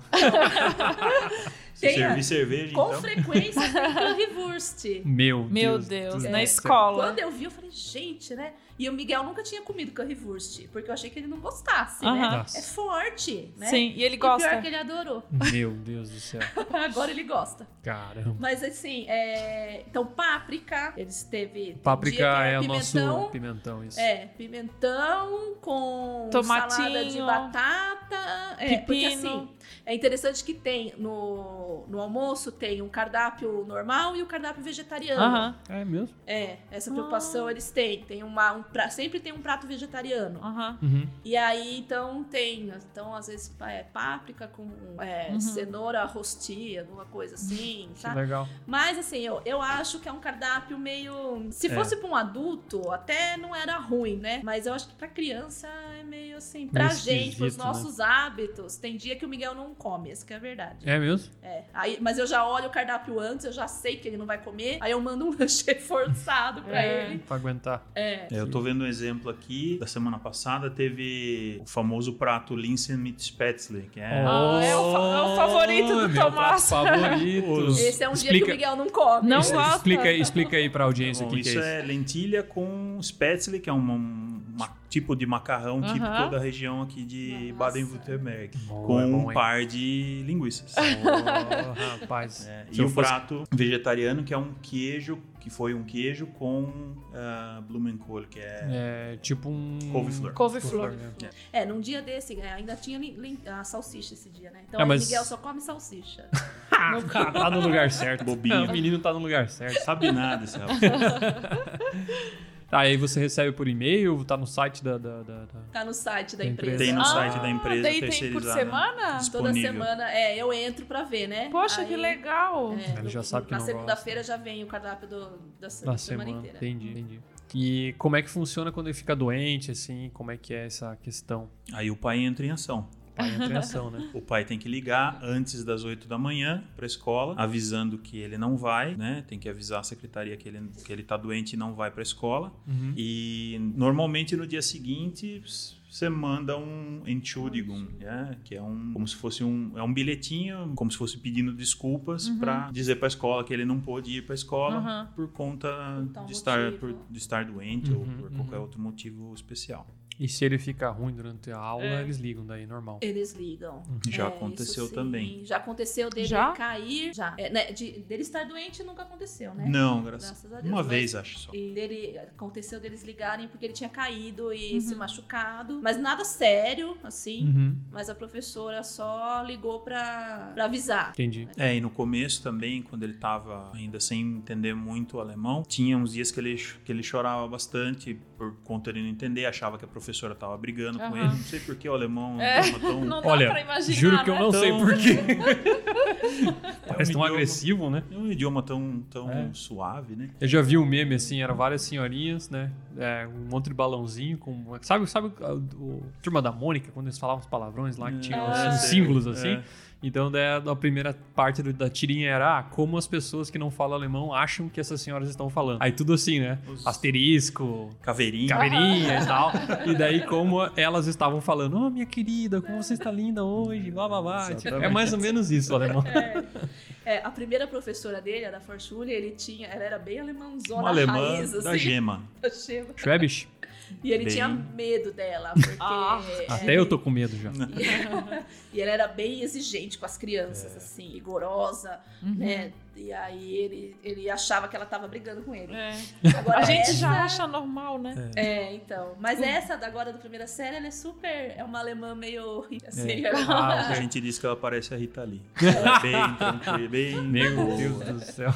D: Se
E: Tem
D: servir cerveja,
E: Com
D: então.
E: frequência tem
B: *laughs*
E: currywurst.
B: Meu,
C: Meu
B: Deus.
C: Deus,
B: do
C: na
B: céu.
C: escola.
E: Quando eu vi, eu falei, gente, né? E o Miguel nunca tinha comido currywurst, porque eu achei que ele não gostasse,
C: Aham.
E: né? É forte, né?
C: Sim, e ele
E: E pior
C: gosta.
E: que ele adorou. *laughs*
B: Meu Deus do céu.
E: Agora ele gosta.
B: Caramba.
E: Mas assim, é... então páprica, eles teve tem
B: Páprica
E: dia que era
B: é o
E: pimentão,
B: nosso pimentão, isso.
E: É, pimentão com salada de
C: Tomatinho,
E: batata. É, porque
C: pepino.
E: assim, é interessante que tem no, no almoço tem um cardápio normal e o cardápio vegetariano.
C: Aham, Ah.
B: É mesmo?
E: É, essa preocupação eles têm. Tem uma, um pra- sempre tem um prato vegetariano.
C: aham.
B: Uhum.
E: E aí, então, tem. Então, às vezes, pá- é páprica com é,
C: Uhum.
E: cenoura rostia, alguma coisa assim,
B: Que
E: tá?
B: legal.
E: Mas, assim, eu, eu acho que é um cardápio meio... Se
B: É.
E: fosse pra um adulto, até não era ruim, né? Mas eu acho que pra criança é meio assim... Pra gente, pros
B: esquisito, né?
E: nossos hábitos, tem dia que o Miguel não come, essa que é a verdade.
B: É mesmo?
E: É. Aí, mas eu já olho o cardápio antes, eu já sei que ele não vai comer, aí eu mando um *laughs* lanche forçado pra
C: É.
E: ele.
B: Pra aguentar.
E: É.
D: É, eu tô vendo um exemplo aqui da semana passada, teve o famoso prato Linsen mit Spätzle, que é
C: Ah, é o fa- é o favorito do
B: é meu prato
C: Tomás.
B: favorito.
E: Esse é um dia que
B: Explica-
E: o Miguel não come.
C: Não
B: Isso,
C: gosta.
B: Explica aí, explica aí pra audiência
D: Bom,
B: o que, que
D: isso
B: é
D: é, lentilha com spätzle, que é um, um- uma- tipo de macarrão
C: Aham.
D: típico da região aqui de
E: Nossa.
D: Baden-Württemberg.
B: isso. Bom,
D: Com
B: é bom,
D: um
B: hein?
D: par de linguiças.
B: Oh, *laughs* rapaz.
D: É,
B: Se
D: e
B: eu
D: o
B: fosse-
D: prato vegetariano, que é um queijo, que foi um queijo com ah, Blumenkohl, que é
B: É tipo um.
D: couve-flor.
C: Couve-flor.
B: né?
E: É, num dia desse, é, ainda tinha lin- lin- a salsicha esse dia, né? Então
B: É,
E: aí o
B: mas-
E: Miguel só come salsicha.
B: Ah, tá *laughs* no lugar *laughs* certo.
D: Bobinho.
B: O menino tá no lugar certo.
D: Sabe nada
B: *laughs*
D: esse rapaz.
B: Tá, aí você recebe por e-mail, tá no site da. da- da- da-
E: Tá no site da
B: Da
E: empresa.
D: Tem no
B: Ah,
D: site da empresa
C: daí tem por
B: né?
D: terceirizada.
C: semana?
E: Toda
D: Disponível.
E: semana, é, eu entro pra ver, né?
C: Poxa,
E: Aí,
C: que legal.
E: é,
B: Ele já
E: no-
B: sabe que
E: Na
B: não
E: segunda-feira já vem o cardápio do- da, se-
B: da semana.
E: da semana, inteira.
B: Entendi, entendi. E como é que funciona quando ele fica doente, assim? Como é que é essa questão?
D: Aí o pai entra em ação.
B: O Pai entra em ação, né?
D: O pai tem que ligar antes das 8 da manhã para a escola, avisando que ele não vai, né? Tem que avisar a secretaria que ele, que ele tá doente e não vai para a escola.
B: *laughs* Uhum.
D: E normalmente no dia seguinte, s- você manda um Entschuldigung, né? que é um como se fosse um é um bilhetinho, como se fosse pedindo desculpas pra para dizer para a escola que ele não pôde ir para a escola
C: Uhum.
D: por conta
E: tal
D: de estar
E: motivo.
D: por- de estar doente
B: Uhum,
D: ou por
B: uhum.
D: qualquer outro motivo especial.
B: E se ele fica ruim durante a aula,
C: É.
B: eles ligam daí, normal.
E: Eles ligam.
D: Já
E: É,
D: aconteceu
E: isso sim.
D: também.
E: Já aconteceu dele
C: Já?
E: cair. Já. É, né, de- dele estar doente nunca aconteceu, né?
D: Não, graças,
E: Graças a Deus.
D: uma
E: mas-
D: vez acho só.
E: E dele, aconteceu deles ligarem porque ele tinha caído e se
C: Uhum.
E: machucado. Mas nada sério, assim.
B: Uhum,
E: Mas a professora só ligou pra, pra avisar.
B: entendi.
D: É, e no começo também, quando ele tava ainda sem entender muito o alemão, tinha uns dias que ele, ch- que ele chorava bastante por conta de não entender, achava que a professora tava brigando com
C: Aham.
D: ele. Não sei por que o alemão
C: É.
D: tava tão.
C: Não dá
B: Olha,
C: pra imaginar,
B: juro que eu
C: né?
B: não sei
D: Então-
B: porquê.
D: é um
B: *laughs* Parece tão
D: idioma-
B: agressivo, né?
D: É um idioma tão, tão
B: É.
D: suave, né?
B: Eu já vi um meme assim, era várias senhorinhas, né? É, um monte de balãozinho com. Sabe, sabe a, o, Turma da Mônica, quando eles falavam os palavrões lá, que tinha os
C: Ah.
B: símbolos assim?
D: É.
B: Então, daí, a primeira parte do- da tirinha era ah, como as pessoas que não falam alemão acham que essas senhoras estão falando. Aí tudo assim, né?
D: Os-
B: Asterisco,
D: Caveirinha.
B: caveirinha e tal. E daí, como elas estavam falando, oh, minha querida, como você está linda hoje, blá blá blá. Tipo, é
D: Exatamente.
B: mais ou menos isso, o alemão.
E: É, a primeira professora dele, a da Forschule, ele tinha, ela era bem alemãzona,
D: Uma alemã
E: Ah, raiz, assim.
D: Um da
E: *laughs*
D: gema.
E: da gema.
B: Schwäbisch?
E: E ele
D: Bem-
E: tinha medo
C: *laughs*
E: dela, porque...
C: Ah,
B: Até eu tô com medo já.
E: E ela era bem exigente com as crianças,
D: É.
E: assim, rigorosa,
C: Uhum.
E: né? E aí ele, ele achava que ela tava brigando com ele.
C: É.
E: Agora
C: A gente Hum.
E: essa-
C: já acha normal, né?
E: É, então. Mas essa da agora da primeira série, ela é super. É uma alemã meio. *laughs* Assim,
D: É.
E: ela-
D: A gente diz que ela parece a Rita Lee. Ela é bem tranquila, bem.
B: Meu
D: boa.
B: Deus do céu.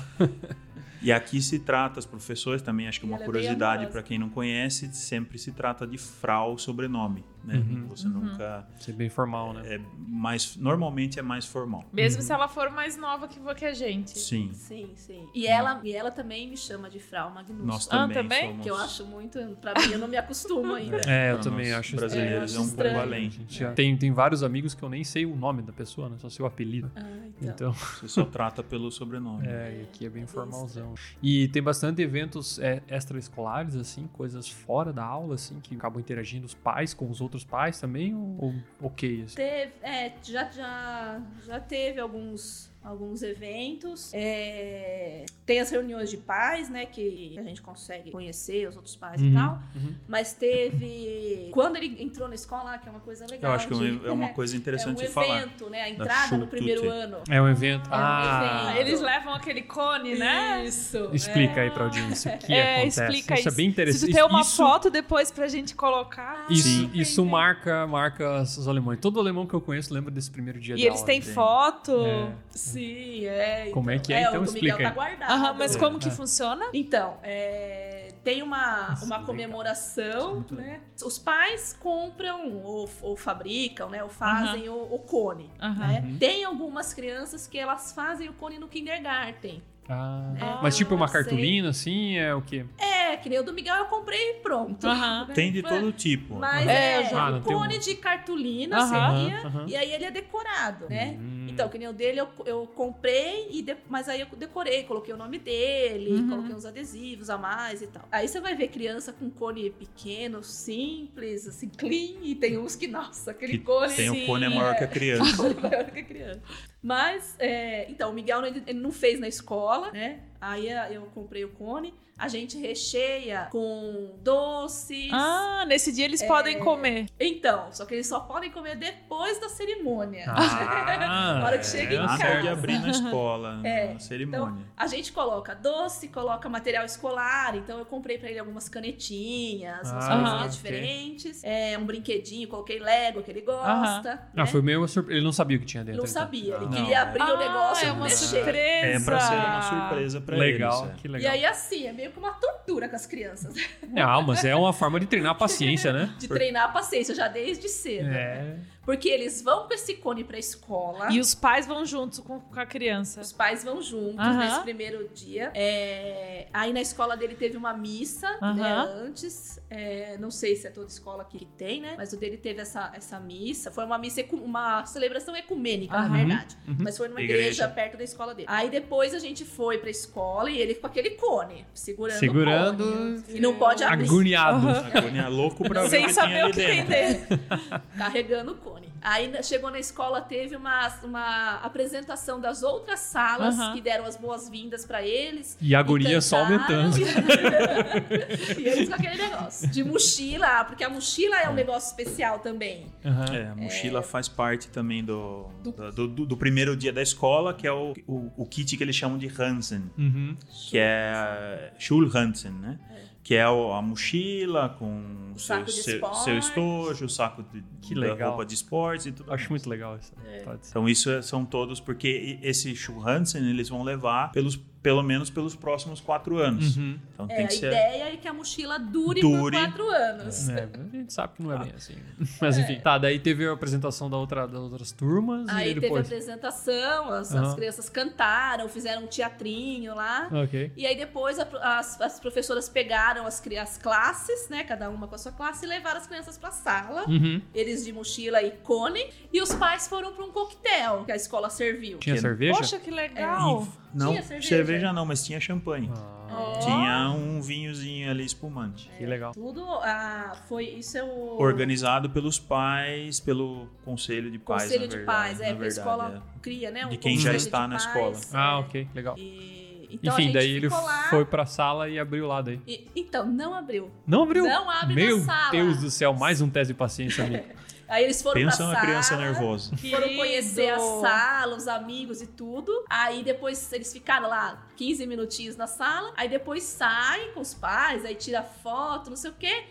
D: E aqui se trata, as professores também, acho que
E: E
D: uma
E: ela é bem
D: curiosidade
E: amorosa.
D: para quem não conhece, sempre se trata de Frau sobrenome, né?
B: Uhum.
D: Você nunca
B: Isso é bem formal, né?
D: é mais normalmente é mais formal.
B: Uhum.
C: Mesmo se ela for mais nova que vo- que a gente.
D: Sim.
E: Sim, sim. E ela, e ela também me chama de Frau Magnus.
D: Nós
C: Ah,
D: também,
C: também?
D: somos
E: Que eu acho muito. Pra mim, eu não me acostumo ainda.
B: É, eu
D: pra
B: também
D: nós
B: acho
D: brasileiros
E: estranho.
D: é um pouco
E: Estranho.
B: A
D: além.
B: gente já- Tem, tem vários amigos que eu nem sei o nome da pessoa, né? Só sei o apelido.
E: Ah,
C: Tá.
E: então.
B: Então,
C: *laughs*
D: Você só trata pelo sobrenome.
B: é, e aqui é bem formalzão. E tem bastante eventos é, extraescolares, assim, coisas fora da aula, assim, que acabam interagindo os pais com os outros pais também, ou, ou ok, assim?
E: Teve, é, já, já, já teve alguns, alguns eventos. É, tem as reuniões de pais, né? Que a gente consegue conhecer os outros pais
B: Uhum,
E: e tal.
B: uhum.
E: Mas teve. Quando ele entrou na escola, que é uma coisa legal.
D: Eu acho que é
E: de-
D: uma- é uma coisa
E: É um
D: interessante de
E: evento,
D: falar.
E: né? A
D: Da
E: entrada no
D: Schultute.
E: primeiro ano.
B: É um evento.
E: É um
B: ah,
E: evento.
C: Eles levam aquele cone, né?
E: Isso.
B: explica aí pra audiência o que
C: É,
B: acontece.
C: explica
B: isso. é bem
C: Se
B: interessante.
C: tu tem uma
B: isso,
C: foto depois pra gente colocar.
B: Isso,
D: Sim.
B: isso marca, marca os alemães. Todo alemão que eu conheço lembra desse primeiro dia
C: E
B: de
C: eles
B: aula.
C: têm
D: tem.
C: foto.
B: É.
E: Sim, é.
B: Como é que é? Então
E: o do Miguel
B: explica
E: tá
B: aí.
E: guardado.
C: Aham, mas como que
B: É.
C: funciona?
E: Então, é, tem uma,
B: Isso,
E: uma
B: legal. é
E: comemoração,
D: Muito
E: né? Os pais compram ou, ou fabricam, né? Ou fazem o, o cone.
C: Aham.
E: né?
B: Uhum.
E: Tem algumas crianças que elas fazem o cone no kindergarten.
B: Ah,
E: É.
B: mas tipo uma
E: Ah, sei.
B: cartolina, assim, é o quê?
E: É, que nem o do Miguel eu comprei e pronto.
C: Aham.
E: né?
D: Tem de todo tipo.
E: Mas
B: Aham.
E: é,
C: É, já-
B: Ah, não
E: um
B: tem
E: cone
B: um-
E: de cartolina
C: Aham.
E: seria.
B: Aham, aham.
E: E aí ele é decorado, né?
B: Hum.
E: Então, que nem o dele eu, eu comprei, e de- mas aí eu decorei, coloquei o nome dele,
C: Uhum.
E: coloquei uns adesivos a mais e tal. Aí você vai ver criança com cone pequeno, simples, assim, clean, e tem uns que, nossa, aquele
D: Que
E: cone.
D: tem
E: assim,
D: o cone é maior que a
E: *laughs*
D: criança.
E: cone maior que a criança. Mas, é, então, o Miguel ele, ele não fez na escola, né? Aí a- eu comprei o cone, a gente recheia com doces.
C: Ah, nesse dia
E: É.
C: eles podem comer.
E: Então, só que eles só podem comer depois da cerimônia.
B: Ah,
E: *laughs* Na hora que chega em
B: é,
D: Nada
E: casa.
D: de abrir na escola,
E: *laughs* É,
D: na cerimônia.
E: A gente coloca doce, coloca material escolar, então eu comprei pra ele algumas canetinhas, umas
B: Ah,
E: coisinhas
C: ok.
E: diferentes, é, um brinquedinho, coloquei Lego que ele gosta. né?
B: Ah, foi meio uma surpresa. Ele não sabia o que tinha
E: Ele
B: dentro.
E: não
B: então.
E: sabia, ele
D: Não,
E: queria
D: é.
E: abrir
C: ah,
E: o negócio,
C: é
E: eu
C: uma
E: mexer.
C: surpresa.
D: É pra ser uma surpresa pra
B: Legal,
D: eles.
B: que
E: E
B: legal.
E: aí, assim, é meio que uma tortura com as crianças, né? *laughs*
B: Não, mas é uma forma de treinar a paciência, né?
E: de treinar a paciência já desde cedo.
B: É.
E: Porque eles vão com esse cone pra escola.
C: E os pais vão juntos com, com a criança.
E: Os pais vão juntos
C: Aham.
E: nesse primeiro dia. É, aí na escola dele teve uma missa, né,
C: Aham.
E: antes. É, não sei se é toda escola que tem, né? Mas o dele teve essa, essa missa. Foi uma missa, ecu- uma celebração ecumênica, na
C: Aham.
E: verdade.
B: Uhum.
E: Mas foi numa
D: Igreja.
E: igreja. perto da escola dele. Aí depois a gente foi pra escola e ele com aquele cone, segurando
B: Segurando.
E: o cone. E não pode abrir.
B: Agoniado.
D: é.
C: Aham.
D: Agonia louco pra ver o
C: Sem
D: que
C: saber
D: tinha ali
C: o que tem
D: dentro.
C: dentro.
E: carregando o cone. Aí na- chegou na escola, teve uma, uma apresentação das outras salas
C: Aham.
E: que deram as boas-vindas pra eles.
B: E a agonia
E: E
B: só
E: cantaram.
B: aumentando.
E: *laughs* e eles com aquele negócio de mochila, porque a mochila é um negócio especial também.
B: Aham.
D: É, a mochila faz parte também do, da- do, do- do primeiro dia da escola, que é o, o, o kit que eles chamam de Hansen,
B: Uhum.
D: que é Schul Hansen, né? Que é o- a mochila com
E: O saco de
D: seu,
E: esporte.
D: seu estojo, o saco de,
B: Que
D: da
B: legal.
D: roupa de esportes e tudo.
B: Acho
D: mais.
B: muito legal essa. parte.
D: Então isso é- são todos, porque e- esse Schul Hansen eles vão levar pelos, pelo menos pelos próximos quatro anos.
B: Uhum.
D: Então
E: É,
D: tem
E: a
D: que ser...
E: ideia é que a mochila dure,
D: Dure.
E: por quatro anos.
B: É, mas a gente sabe que não é bem assim. *laughs* Mas enfim, tá, daí teve a apresentação da outra, das outras turmas
E: É. Aí
B: e
E: teve a
B: depois.
E: apresentação, as, as
B: Aham.
E: crianças cantaram, fizeram um teatrinho lá.
B: Ok.
E: E aí depois a- as, as professoras pegaram as, cri- as classes, né? Cada uma com a sua classe, e levaram as crianças pra sala.
B: Uhum.
E: Eles de mochila e cone. E os pais foram pra um coquetel que a escola serviu.
B: Tinha
D: Que-
B: cerveja?
C: Poxa, que
E: É,
C: legal.
D: Inf- Não,
E: Tinha
D: cerveja.
E: cerveja?
D: não, mas tinha champanhe.
B: Ah,
D: Tinha um vinhozinho ali espumante.
B: que legal.
E: Tudo ah, foi. Isso é o.
D: Organizado pelos pais, pelo conselho de pais.
E: Conselho
D: na
E: de
D: verdade,
E: pais,
D: na
E: é, porque a
D: verdade,
E: escola
D: é.
E: cria, né?
D: De
E: um
D: quem já
E: conselho
D: está
E: de
D: na
E: pais,
D: escola.
B: Ah,
E: é.
B: ok, legal.
E: E, então a
B: enfim,
E: gente
B: daí ele
E: ficou lá,
B: foi pra sala e abriu lá daí.
E: e- então, não abriu.
B: Não abriu?
E: Não abre
B: Meu
E: na sala.
B: Deus do céu, mais um teste de paciência,
E: *laughs*
B: amigo.
E: Aí eles foram
D: Pensa
E: pra
D: na
E: sala.
D: criança nervosa.
E: Foram conhecer a
C: Querido.
E: sala, os amigos e tudo. Aí depois eles ficaram lá 15 minutinhos na sala. Aí depois sai com os pais, aí tira foto, não sei o quê.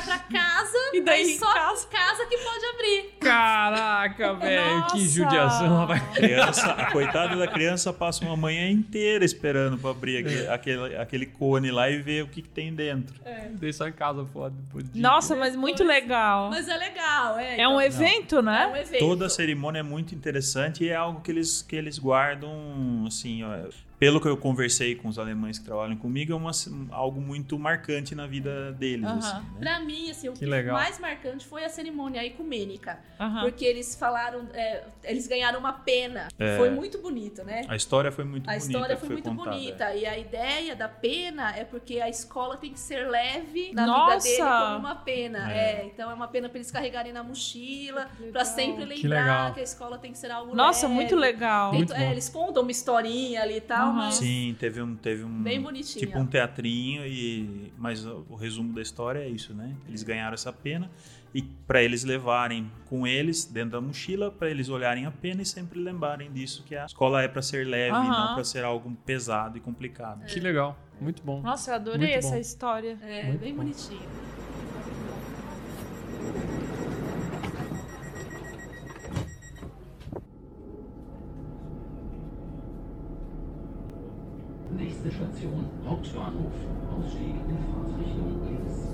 C: *laughs*
E: pra casa,
C: E daí
E: aí
C: em
E: só
C: casa?
E: casa que pode abrir.
B: Caraca, velho, que
C: Nossa!
B: judiação. rapaz. *laughs*
D: Criança, a coitada da criança passa uma manhã inteira esperando pra abrir aquele, aquele, aquele cone lá e ver o que, que tem dentro.
B: Dei só em casa, foda. fudido.
C: Nossa, mas muito legal.
E: Mas é legal, é.
C: É um evento,
E: é um
C: né?
E: evento.
D: Toda a cerimônia é muito interessante e é algo que eles, que eles guardam, assim, ó, pelo que eu conversei com os alemães que trabalham comigo, é uma, algo muito marcante na vida deles,
C: Aham.
D: assim, né?
E: Pra mim, assim, o que,
B: legal.
E: mais marcante foi a cerimônia ecumênica.
C: Aham.
E: Porque eles falaram, é, eles ganharam uma pena. Foi muito bonito, né?
D: A história foi muito
E: A
D: bonita.
E: história foi, muito
D: contada. é.
E: bonita. E a ideia da pena é porque a escola tem que ser leve na vida
C: Nossa!
E: dele como uma pena.
D: É.
E: É. então é uma pena pra eles carregarem na mochila,
C: legal.
E: pra sempre
B: legal.
E: lembrar que, a escola tem que ser algo
C: Nossa,
E: leve.
C: muito legal. Uhum.
E: Tem-
B: Muito
E: é,
B: bom.
E: eles contam uma historinha ali e tal,
C: Aham.
E: mas
D: Sim, teve um, teve um
E: bem bonitinha.
D: tipo um teatrinho e mas o o resumo da história é isso, né? Eles ganharam essa pena e pra eles levarem com eles dentro da mochila pra eles olharem a pena e sempre lembrarem disso que a escola é pra ser leve,
C: Aham.
D: não pra ser algo pesado e complicado.
B: Que legal, muito bom.
C: Nossa, eu adorei
B: Muito bom.
C: essa história.
E: É,
B: Muito
E: bem
B: bom.
E: bonitinho.
G: Nächste Station, Hauptbahnhof. Ausstieg in Fahrtrichtung links.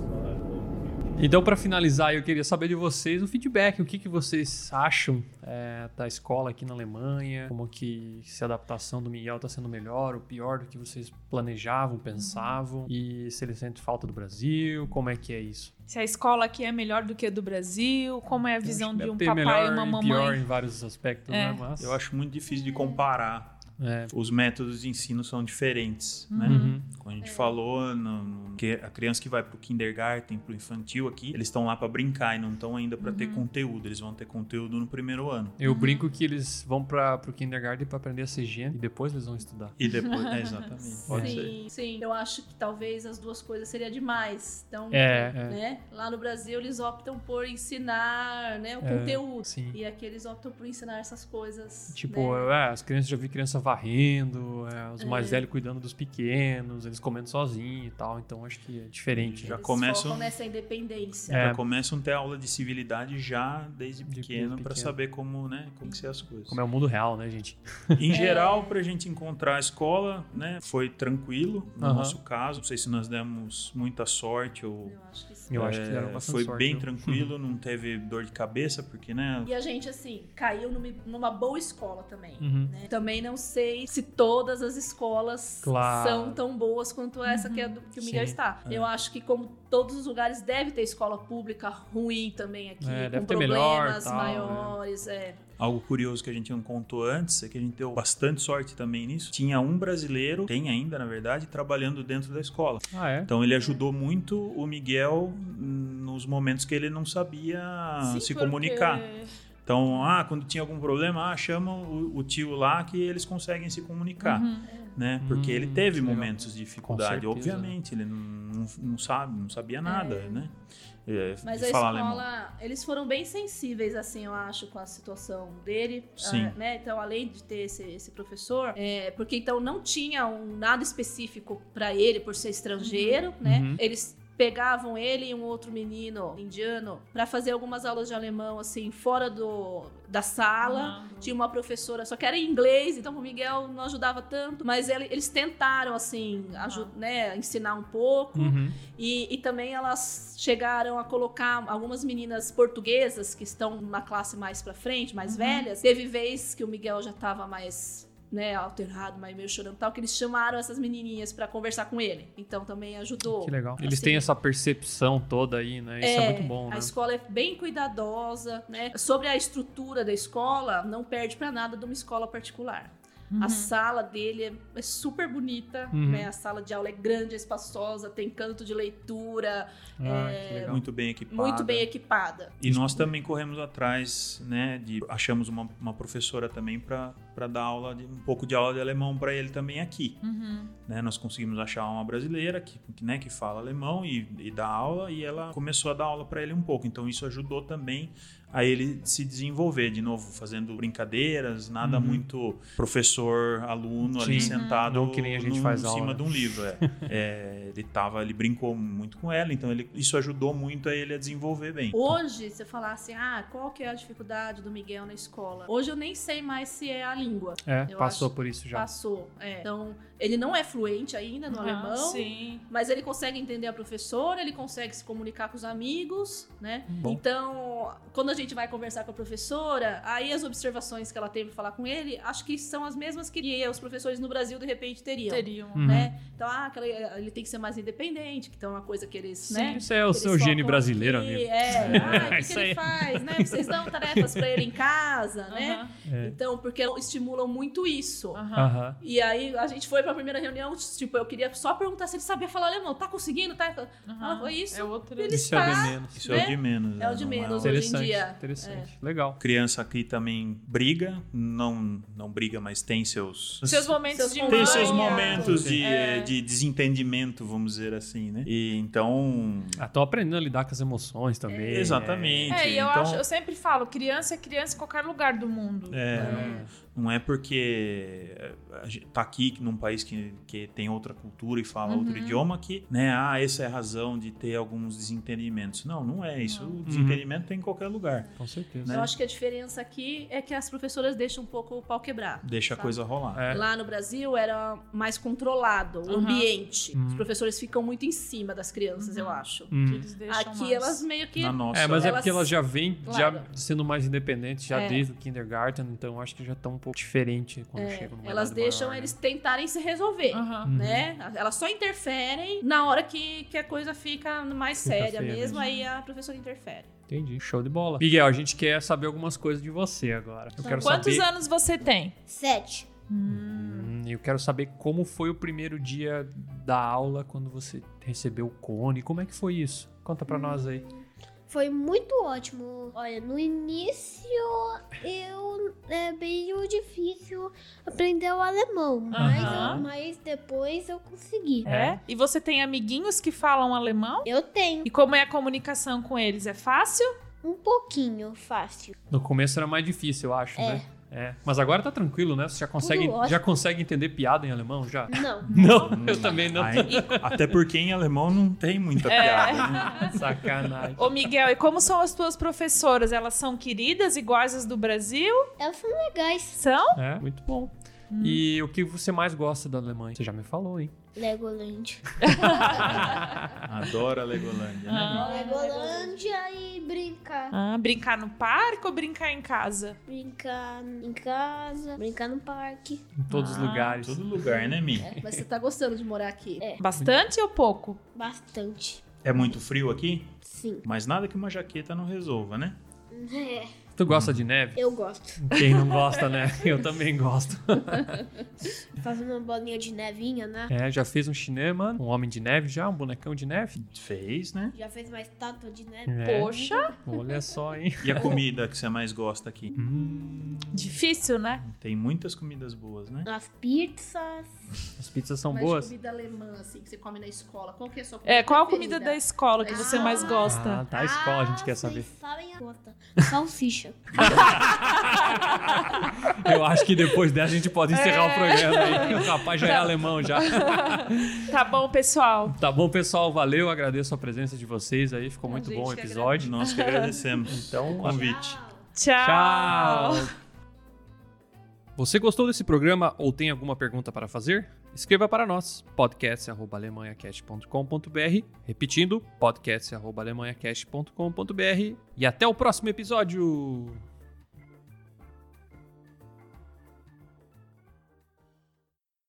B: Então, pra finalizar, eu queria saber de vocês o feedback, o que, que vocês acham é, da escola aqui na Alemanha, como que se a adaptação do Miguel tá sendo melhor ou pior do que vocês planejavam, pensavam, e se ele sente falta do Brasil, como é que é isso?
C: Se a escola aqui é melhor do que a do Brasil, como é a visão de
B: Deve
C: um
B: ter
C: papai e
B: melhor
C: uma
B: pior
C: mamãe.
B: em vários aspectos,
C: É.
B: né? Mas,
D: Eu acho muito difícil de comparar.
B: é,
D: Os métodos de ensino são diferentes, né?
B: Uhum.
D: Como a gente falou, no- no- que a criança que vai pro kindergarten, pro infantil aqui, eles estão lá pra brincar e não estão ainda pra ter conteúdo. Eles vão ter conteúdo no primeiro ano.
B: eu brinco que eles vão para pro kindergarten pra aprender a ser gente e depois eles vão estudar.
D: E depois.
B: *laughs*
D: é, exatamente. Pode ser.
E: Sim, sim. Eu acho que talvez as duas coisas seria demais. Então,
B: É, é.
E: né? Lá no Brasil eles optam por ensinar, né, o
B: É,
E: conteúdo.
B: sim.
E: E aqui eles optam por ensinar essas coisas.
B: Tipo,
E: né?
B: eu- é, as crianças, já vi criança varrendo, é, os mais velhos cuidando dos pequenos, eles comendo sozinhos e tal. Então acho que é diferente.
D: Já
E: Eles
D: começa
E: focam
D: um-
E: nessa independência.
B: É.
D: Já começam a ter aula de civilidade já desde
B: De- de
D: pequeno para
B: pequeno.
D: saber como, né, como que ser as coisas.
B: Como é o mundo real, né, gente?
D: Em geral, pra gente encontrar a escola, né, foi tranquilo no
B: Aham.
D: nosso caso. Não sei se nós demos muita sorte ou
E: Eu acho que sim.
B: Eu acho
D: é,
B: que era bastante
D: foi
B: sorte,
D: bem
B: viu?
D: tranquilo, não teve dor de cabeça, porque né,
E: E a gente, assim, caiu numa, numa boa escola também.
B: Uhum.
E: né? Também não sei se todas as escolas
B: Claro. Uhum.
E: são tão boas quanto essa que, é do- que o
B: Sim.
E: Miguel está.
D: É.
E: Eu acho que, como todos os lugares, deve ter escola pública ruim também aqui,
B: É, deve
E: com
B: ter melhor,
E: problemas
B: tal, né?
E: maiores. é.
D: algo curioso que a gente não contou antes é que a gente deu bastante sorte também nisso. Tinha um brasileiro, tem ainda na verdade, trabalhando dentro da escola.
B: Ah, é?
D: Então ele ajudou muito o Miguel hum, nos momentos que ele não sabia
C: Sim,
D: se
C: porque-
D: comunicar. Então, ah, quando tinha algum problema, ah, chama o, o tio lá que eles conseguem se comunicar,
C: Uhum.
D: né? Porque
B: Hum,
D: ele teve
B: legal.
D: momentos de dificuldade,
B: certeza.
D: obviamente, ele não, não, não sabe, não sabia nada, né? É,
E: Mas
D: de
E: a
D: falar
E: escola,
D: alemão.
E: eles foram bem sensíveis, assim, eu acho, com a situação dele.
D: Sim.
E: ah, né? Então, além de ter esse, esse professor, é, porque então não tinha um nada específico pra ele por ser estrangeiro, né?
B: Uhum.
E: Eles pegavam ele e um outro menino indiano pra fazer algumas aulas de alemão, assim, fora do, da sala.
D: Ah.
E: Tinha uma professora, só que era em inglês, então o Miguel não ajudava tanto. Mas ele- eles tentaram, assim, aju-
D: Ah.
E: né, ensinar um pouco.
B: Uhum.
E: E, e também elas chegaram a colocar algumas meninas portuguesas que estão numa classe mais pra frente, mais
C: Uhum.
E: velhas. Teve vez que o Miguel já tava mais, né, alterado, mais meio chorando e tal, que eles chamaram essas menininhas pra conversar com ele. Então também ajudou.
B: Que legal. Eles
E: Assim,
B: têm essa percepção toda aí, né? Isso é, muito bom,
E: a
B: né?
E: escola é bem cuidadosa, né? Sobre a estrutura da escola, não perde pra nada de uma escola particular.
C: Uhum.
E: A sala dele é, é super bonita,
B: Uhum.
E: né? A sala de aula é grande, é espaçosa, tem canto de leitura,
B: Ah, que legal.
D: Muito bem equipado.
E: muito bem equipada.
D: E nós também corremos atrás, né? De, achamos uma, uma professora também para dar aula de, um pouco de aula de alemão para ele também aqui.
C: Uhum.
D: né? Nós conseguimos achar uma brasileira que, que, né, que fala alemão e, e dá aula e ela começou a dar aula para ele um pouco. Então isso ajudou também a ele se desenvolver de novo, fazendo brincadeiras, nada
B: Uhum.
D: muito professor aluno ali
B: Sim.
D: sentado
B: Não que nem a gente
D: no-
B: faz
D: em cima
B: aula. né?
D: de um livro.
B: *laughs*
D: é. É, ele tava, ele brincou muito com ela, então ele- isso ajudou muito a ele a desenvolver bem.
E: Hoje, se eu falasse, ah, qual que é a dificuldade do Miguel na escola? Hoje eu nem sei mais se é a língua.
B: É,
E: eu
B: passou
E: acho-
B: por isso já.
E: Passou. é. Então, ele não é fluente ainda no
C: Ah,
E: alemão.
C: Sim.
E: Mas ele consegue entender a professora, ele consegue se comunicar com os amigos, né?
B: Bom.
E: Então, quando a gente vai conversar com a professora, aí as observações que ela tem pra falar com ele, acho que são as mesmas que eh, os professores no Brasil de repente teriam.
C: Teriam.
B: Uhum.
E: Né? Então, ah, aquela- ele tem que ser mais independente, que então é uma coisa que eles,
C: Sim.
E: né?
B: Isso é o
E: Eles
B: seu gene
E: focam
B: brasileiro,
E: aqui,
B: amigo. *laughs*
E: É, ah, o que
B: Isso
E: que,
B: aí.
E: ele faz, né? Vocês dão tarefas pra ele em casa, né?
C: Aham,
B: É.
E: Então, porque estimulam muito isso.
C: aham.
B: Aham.
E: E aí a gente foi pra primeira reunião, tipo, eu queria só perguntar se ele sabia falar alemão. Tá conseguindo? Tá?
C: aham.
E: foi isso?
C: É outra.
E: Ele
B: Isso é o
E: está-
B: de menos.
D: Isso é o
E: né?
D: de menos.
E: É o de
D: não
E: menos. hoje em
B: Interessante,
E: dia.
B: interessante. Legal.
D: Criança aqui também briga, não não briga, mas tem seus
C: Seus momentos
E: Seus
C: de
E: momentos.
D: tem
C: mãe,
D: seus
E: Ah,
D: momentos de,
C: é.
D: de desentendimento, vamos dizer assim, né? E então.
B: Ah, Estão aprendendo a lidar com as emoções também.
D: Exatamente.
C: É, e eu,
D: então,
C: acho, eu sempre falo, criança é criança em qualquer lugar do mundo.
D: É,
C: Né?
D: Não é porque a gente tá aqui num país que, que tem outra cultura e fala outro idioma que, né? Ah, essa é a razão de ter alguns desentendimentos. Não, não é isso. O desentendimento tem em qualquer lugar.
B: É, com certeza.
D: Né?
E: Eu acho que a diferença aqui é que as professoras deixam um pouco o pau quebrar.
D: Deixa a
E: sabe?
D: coisa rolar.
B: É.
E: Lá no Brasil era mais controlado o
C: Uhum.
E: ambiente. Os
B: Uhum.
E: professores ficam muito em cima das crianças, eu acho.
C: Que
B: Hum.
C: eles deixam
E: Aqui
C: mais.
E: elas meio que.
D: Na nossa.
B: É, mas é
E: Elas-
B: porque elas já vêm já
E: Claro.
B: sendo mais independentes já
E: É.
B: desde o kindergarten, então acho que já estão um pouco diferente quando chegam numa
E: É, Elas
B: idade
E: deixam
B: maior, né?
E: eles tentarem se resolver.
C: Aham.
B: Uhum.
E: né? Elas só interferem na hora que, que a coisa fica mais
B: Fica
E: séria
B: feia
E: mesmo,
B: mesmo.
E: aí a professora interfere.
B: Entendi, show de bola. Miguel, a gente quer saber algumas coisas de você agora. Eu quero
C: Quantos
B: saber...
C: anos você tem?
F: É, Sete.
B: Hum, eu quero saber como foi o primeiro dia da aula quando você recebeu o cone. Como é que foi isso? Conta
E: Hum.
B: pra nós aí.
F: Foi muito ótimo. Olha, no início eu é meio difícil aprender o alemão, mas,
C: Aham.
F: mas depois eu consegui.
B: É.
C: E você tem amiguinhos que falam alemão?
F: Eu tenho
C: E como é a comunicação com eles? É fácil?
F: um pouquinho fácil.
B: No começo era mais difícil, eu acho,
F: É.
B: né? É, mas agora tá tranquilo, né? Você já consegue,
F: Tudo ótimo.
B: já consegue entender piada em alemão já?
F: Não.
B: Não, eu também não.
D: Aí- até porque em alemão não tem muita piada. né?
B: *laughs* Sacanagem.
C: Ô, Miguel, e como são as tuas professoras? Elas são queridas, iguais às do Brasil?
F: Elas são legais.
C: São?
B: É, muito bom. E o que você mais gosta da Alemanha? Você já me falou, hein?
F: Legoland.
D: Adoro a Legolândia, né?
C: Ah.
E: é
F: Legolândia e brincar.
C: Ah, brincar no parque ou brincar em casa?
F: Brincar em casa, brincar no parque.
B: Em todos os
C: Ah,
B: lugares.
D: Todo lugar, né, Mi?
E: Mas você tá gostando de morar aqui.
F: É.
C: Bastante ou pouco?
F: Bastante.
D: É muito frio aqui,
F: Sim.
D: mas nada que uma jaqueta não resolva, né?
F: É,
B: Tu gosta de neve?
F: eu gosto.
B: Quem não gosta, né? *laughs* Eu também gosto.
F: Fazer uma bolinha de nevinha, né?
B: É, já fez um cinema, um homem de neve já, um bonecão de neve?
D: Fez, né?
F: Já fez uma estátua de neve?
B: É,
C: Poxa,
B: Olha só, hein?
D: E a comida que você mais gosta aqui?
B: Hum,
C: difícil, né?
D: Tem muitas comidas boas, né?
F: As pizzas.
B: as pizzas são
E: Mas
B: boas?
E: comida alemã, assim, que você come na escola. Qual que é a sua comida
C: É, qual a comida
E: preferida?
C: da escola que você mais
B: Ah,
C: gosta?
B: tá, a escola a gente quer
F: Ah,
B: saber.
F: vocês sabem a conta. Salsicha.
B: Eu acho que depois dessa a gente pode encerrar o programa aí. O rapaz já é alemão já.
C: Tá bom, pessoal.
B: Tá bom, pessoal. Valeu, agradeço a presença de vocês aí. Ficou muito
E: gente,
B: bom o
E: que
B: episódio.
D: Nós que agradecemos
B: Então,
D: o convite.
B: Tchau! Você gostou desse programa ou tem alguma pergunta para fazer? Escreva para nós, podcast.alemanhacast.com.br Repetindo, podcast.alemanhacast.com.br E até o próximo episódio!